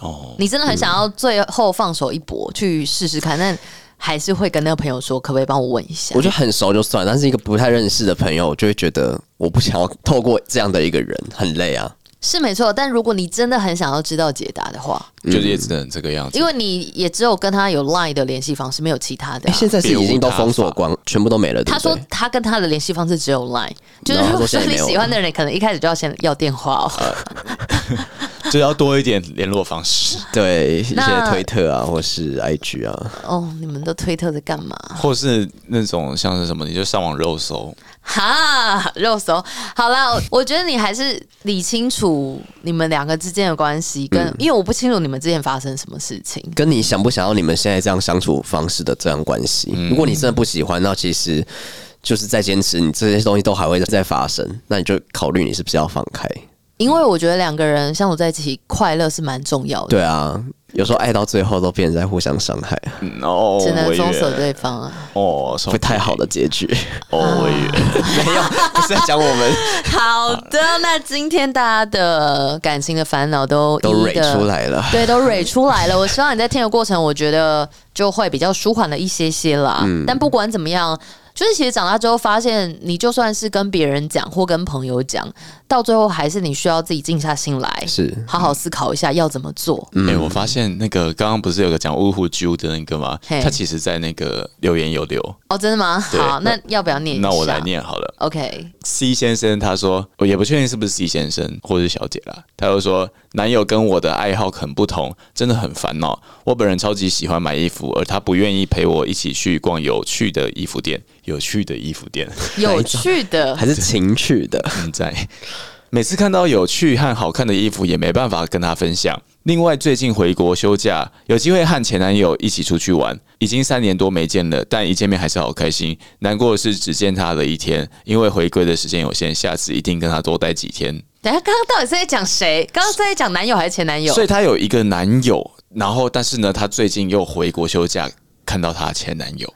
E: 哦，
A: 你真的很想要最后放手一搏去试试看，但还是会跟那个朋友说，可不可以帮我问一下？
D: 我觉得很熟就算，但是一个不太认识的朋友，我就会觉得我不想要透过这样的一个人，很累啊。
A: 是没错，但如果你真的很想要知道解答的话，
E: 就是也只能这个样子，
A: 因为你也只有跟他有 Line 的联系方式，没有其他的
D: 哎、
A: 啊、
D: 现在是已经都封锁光，全部都没了，对
A: 他
D: 不对
A: 说？他跟他的联系方式只有 Line，就是
D: 然
A: 如
D: 后他
A: 果
D: 说现
A: 说
D: 在
A: 你
D: 没有呃
A: 喜欢的人，可能一开始就要先要电话哦。
E: 就要多一点联络方式，
D: 对，一些
A: 那
D: 推特啊，或是 IG 啊，
A: 哦，你们都推特在干嘛？
E: 或是那种像是什么，你就上网肉搜，
A: 哈，肉搜好啦，我我觉得你还是理清楚你们两个之间的关系，跟、因为我不清楚你们之间发生什么事情。
D: 跟你想不想要你们现在这样相处方式的这样关系？如果你真的不喜欢，那其实就是在坚持，你这些东西都还会再发生，那你就考虑你是不是要放开。
A: 因为我觉得两个人相处在一起，快乐是蛮重要的。
D: 对啊，有时候爱到最后都变成在互相伤害，
E: 嗯哦，
A: 只能封锁
E: 委员
A: 对方啊！
E: 哦，
D: 不太好的结局。
E: 哦，委员，
D: 没有，不是在讲我们
A: 好的，那今天大家的感情的烦恼都
D: 都
A: 一一
D: 蕊
A: 地
D: 出来了。
A: 对，都蕊出来了。我希望你在听的过程，我觉得就会比较舒缓了一些些啦。但不管怎么样。就是其实长大之后发现，你就算是跟别人讲或跟朋友讲，到最后还是你需要自己静下心来，
D: 是
A: 好好思考一下要怎么做。
E: 哎、我发现那个刚刚不是有个讲呜呼啾的那个吗？
A: 嘿
E: 他其实在那个留言有留，
A: 哦，真的吗？
E: 对
A: 好，那要不要念一下？
E: 那我来。念好了。
A: OK，
E: C 先生他说，我也不确定是不是 C 先生或是小姐啦。他就说，男友跟我的爱好很不同，真的很烦恼。我本人超级喜欢买衣服，而他不愿意陪我一起去逛有趣的衣服店。有趣的衣服店，
A: 有趣的
D: 还是情趣的，
E: 嗯，在。每次看到有趣和好看的衣服，也没办法跟他分享。另外，最近回国休假，有机会和前男友一起出去玩，已经三年多没见了，但一见面还是好开心。难过的是只见他了一天，因为回归的时间有限，下次一定跟他多待几天。
A: 等一下，刚刚到底是在讲谁？刚刚是在讲男友还是前男友
E: 所？以她有一个男友，然后但是呢，她最近又回国休假，看到她前男友。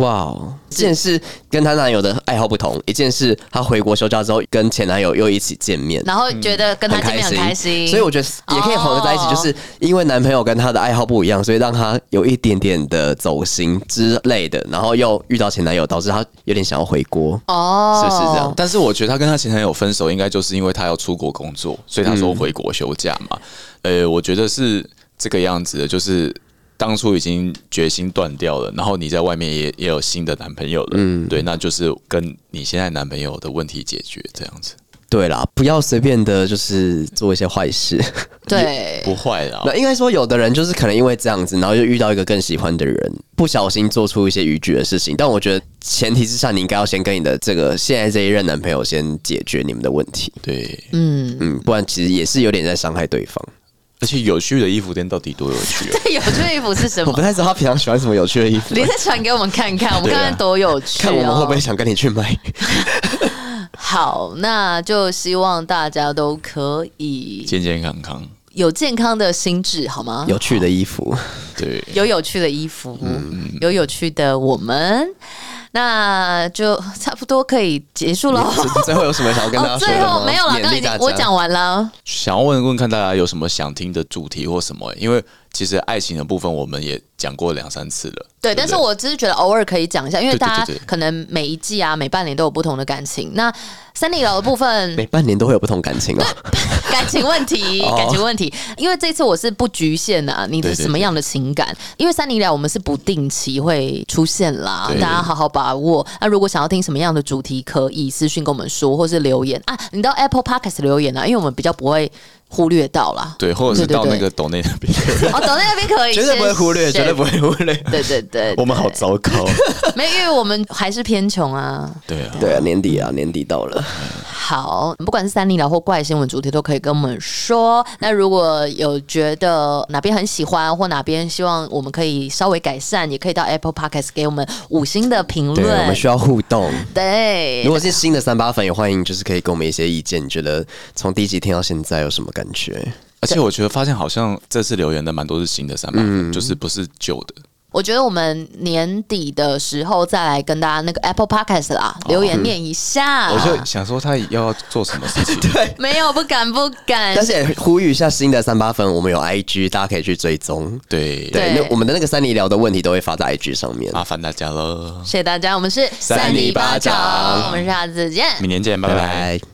D: 哇哦！一件是跟她男友的爱好不同，一件是她回国休假之后跟前男友又一起见面，
A: 然后觉得跟他见面
D: 嗯
A: 很开心，
D: 所以我觉得也可以混合在一起，
A: 哦
D: 就是因为男朋友跟她的爱好不一样，所以让她有一点点的走心之类的，然后又遇到前男友，导致她有点想要回国，
A: 哦，
D: 是不是这样？？
E: 但是我觉得她跟她前男友分手，应该就是因为她要出国工作，所以她说回国休假嘛。呃，我觉得是这个样子的，就是当初已经决心断掉了，然后你在外面也也有新的男朋友了，嗯，对，那就是跟你现在男朋友的问题解决这样子，
D: 对啦，不要随便的，就是做一些坏 事。
A: 对，
E: 不坏啦。
D: 那应该说，有的人就是可能因为这样子，然后就遇到一个更喜欢的人，不小心做出一些逾矩的事情。但我觉得前提之下，你应该要先跟你的这个现在这一任男朋友先解决你们的问题，
E: 对，
A: 嗯，
D: 嗯，不然其实也是有点在伤害对方。
E: 而且有趣的衣服店到底多有趣、啊？
A: 有趣的衣服是什
D: 我
A: 么
D: 不？太知道他平常喜欢什么有趣 的衣服，
A: 你再传给我们看 看，我们
E: 对啊
A: 看看多有趣、哦。
D: 看我们会不会想跟你去买。
A: 哦好？那就希望大家都可以
E: 健健康康，
A: 有健康的心智，好吗？
D: 有嗯趣的 衣服，
E: 对，
A: 有有趣的衣服，有有趣的我们，那就差不多可以结束喽。
D: 最最后有什么想要跟大
A: 哦，
D: 家说的
A: 最
D: 吗？
A: 后没有了，
D: 勉
A: 刚刚已
D: 励大
A: 经
D: 家
A: 我讲完了。
E: 想要问问看大家有什么想听的主题或什么、因为其实爱情的部分我们也讲过两三次了。
A: 对，
E: 不
A: 但是我只是觉得偶尔可以讲一下，因为
E: 对对对
A: 大家
E: 对
A: 可能每一季啊、每半年都有不同的感情。那三里楼的部分
D: 每半年都会有不同感情哦。
A: 感情问题，感情问题。因为这次我是不局限啊，你的
E: 哦对对对
A: 什么样的情感？因为三零聊我们是不定期会出现啦，
E: 对
A: 大家好好把握。那如果想要听什么样的主题，可以私信跟我们说，或是留言啊，你到 Apple Podcast 留言啊，因为我们比较不会忽略到啦。
E: 对，或者是
A: 对对
E: 到
A: 对
E: 那个抖内那 边，
A: 哦，走到那边 可以，
D: 绝对不会
A: 谢谢
D: 忽略，绝对不。会忽略。
A: 对对对，
E: 我们好糟糕。
A: 对，没有，因为我们还是偏穷啊。
E: 对啊，
D: 对啊，年底啊，年底到了，
A: 好，不管是三零聊或怪新闻主题，都可以跟我们说。那如果有觉得哪边很喜欢，或哪边希望我们可以稍微改善，也可以到 Apple Podcast 给我们五星的评
D: 对，我们
A: 论。
D: 需要互动。
A: 对
D: 如，果是新的三八粉，也欢迎就是可以给我们一些意见，你觉得从第一集听到现在有什么感觉？
A: 嗯
E: 而且我觉得发现好像这次留言的蛮多是新的三八粉，就是不是旧的。
A: 我觉得我们年底的时候再来跟大家那个 Apple Podcast 啦、
D: 哦
A: 留言念一
D: 嗯
A: 下。
E: 我就想说他要做什么事情？ 对，
A: 没有，不敢不敢
D: 但。是也呼吁一下新的三八粉，我们有 IG，大家可以去追踪。
E: 对，
A: 对
D: 对，那我们的那个三里聊的问题都会发在 IG 上面。
E: 麻烦大家了，
A: 谢谢大家，我们是
E: 三里巴掌
A: 我们下次见。
E: 明年见，拜拜
D: 拜拜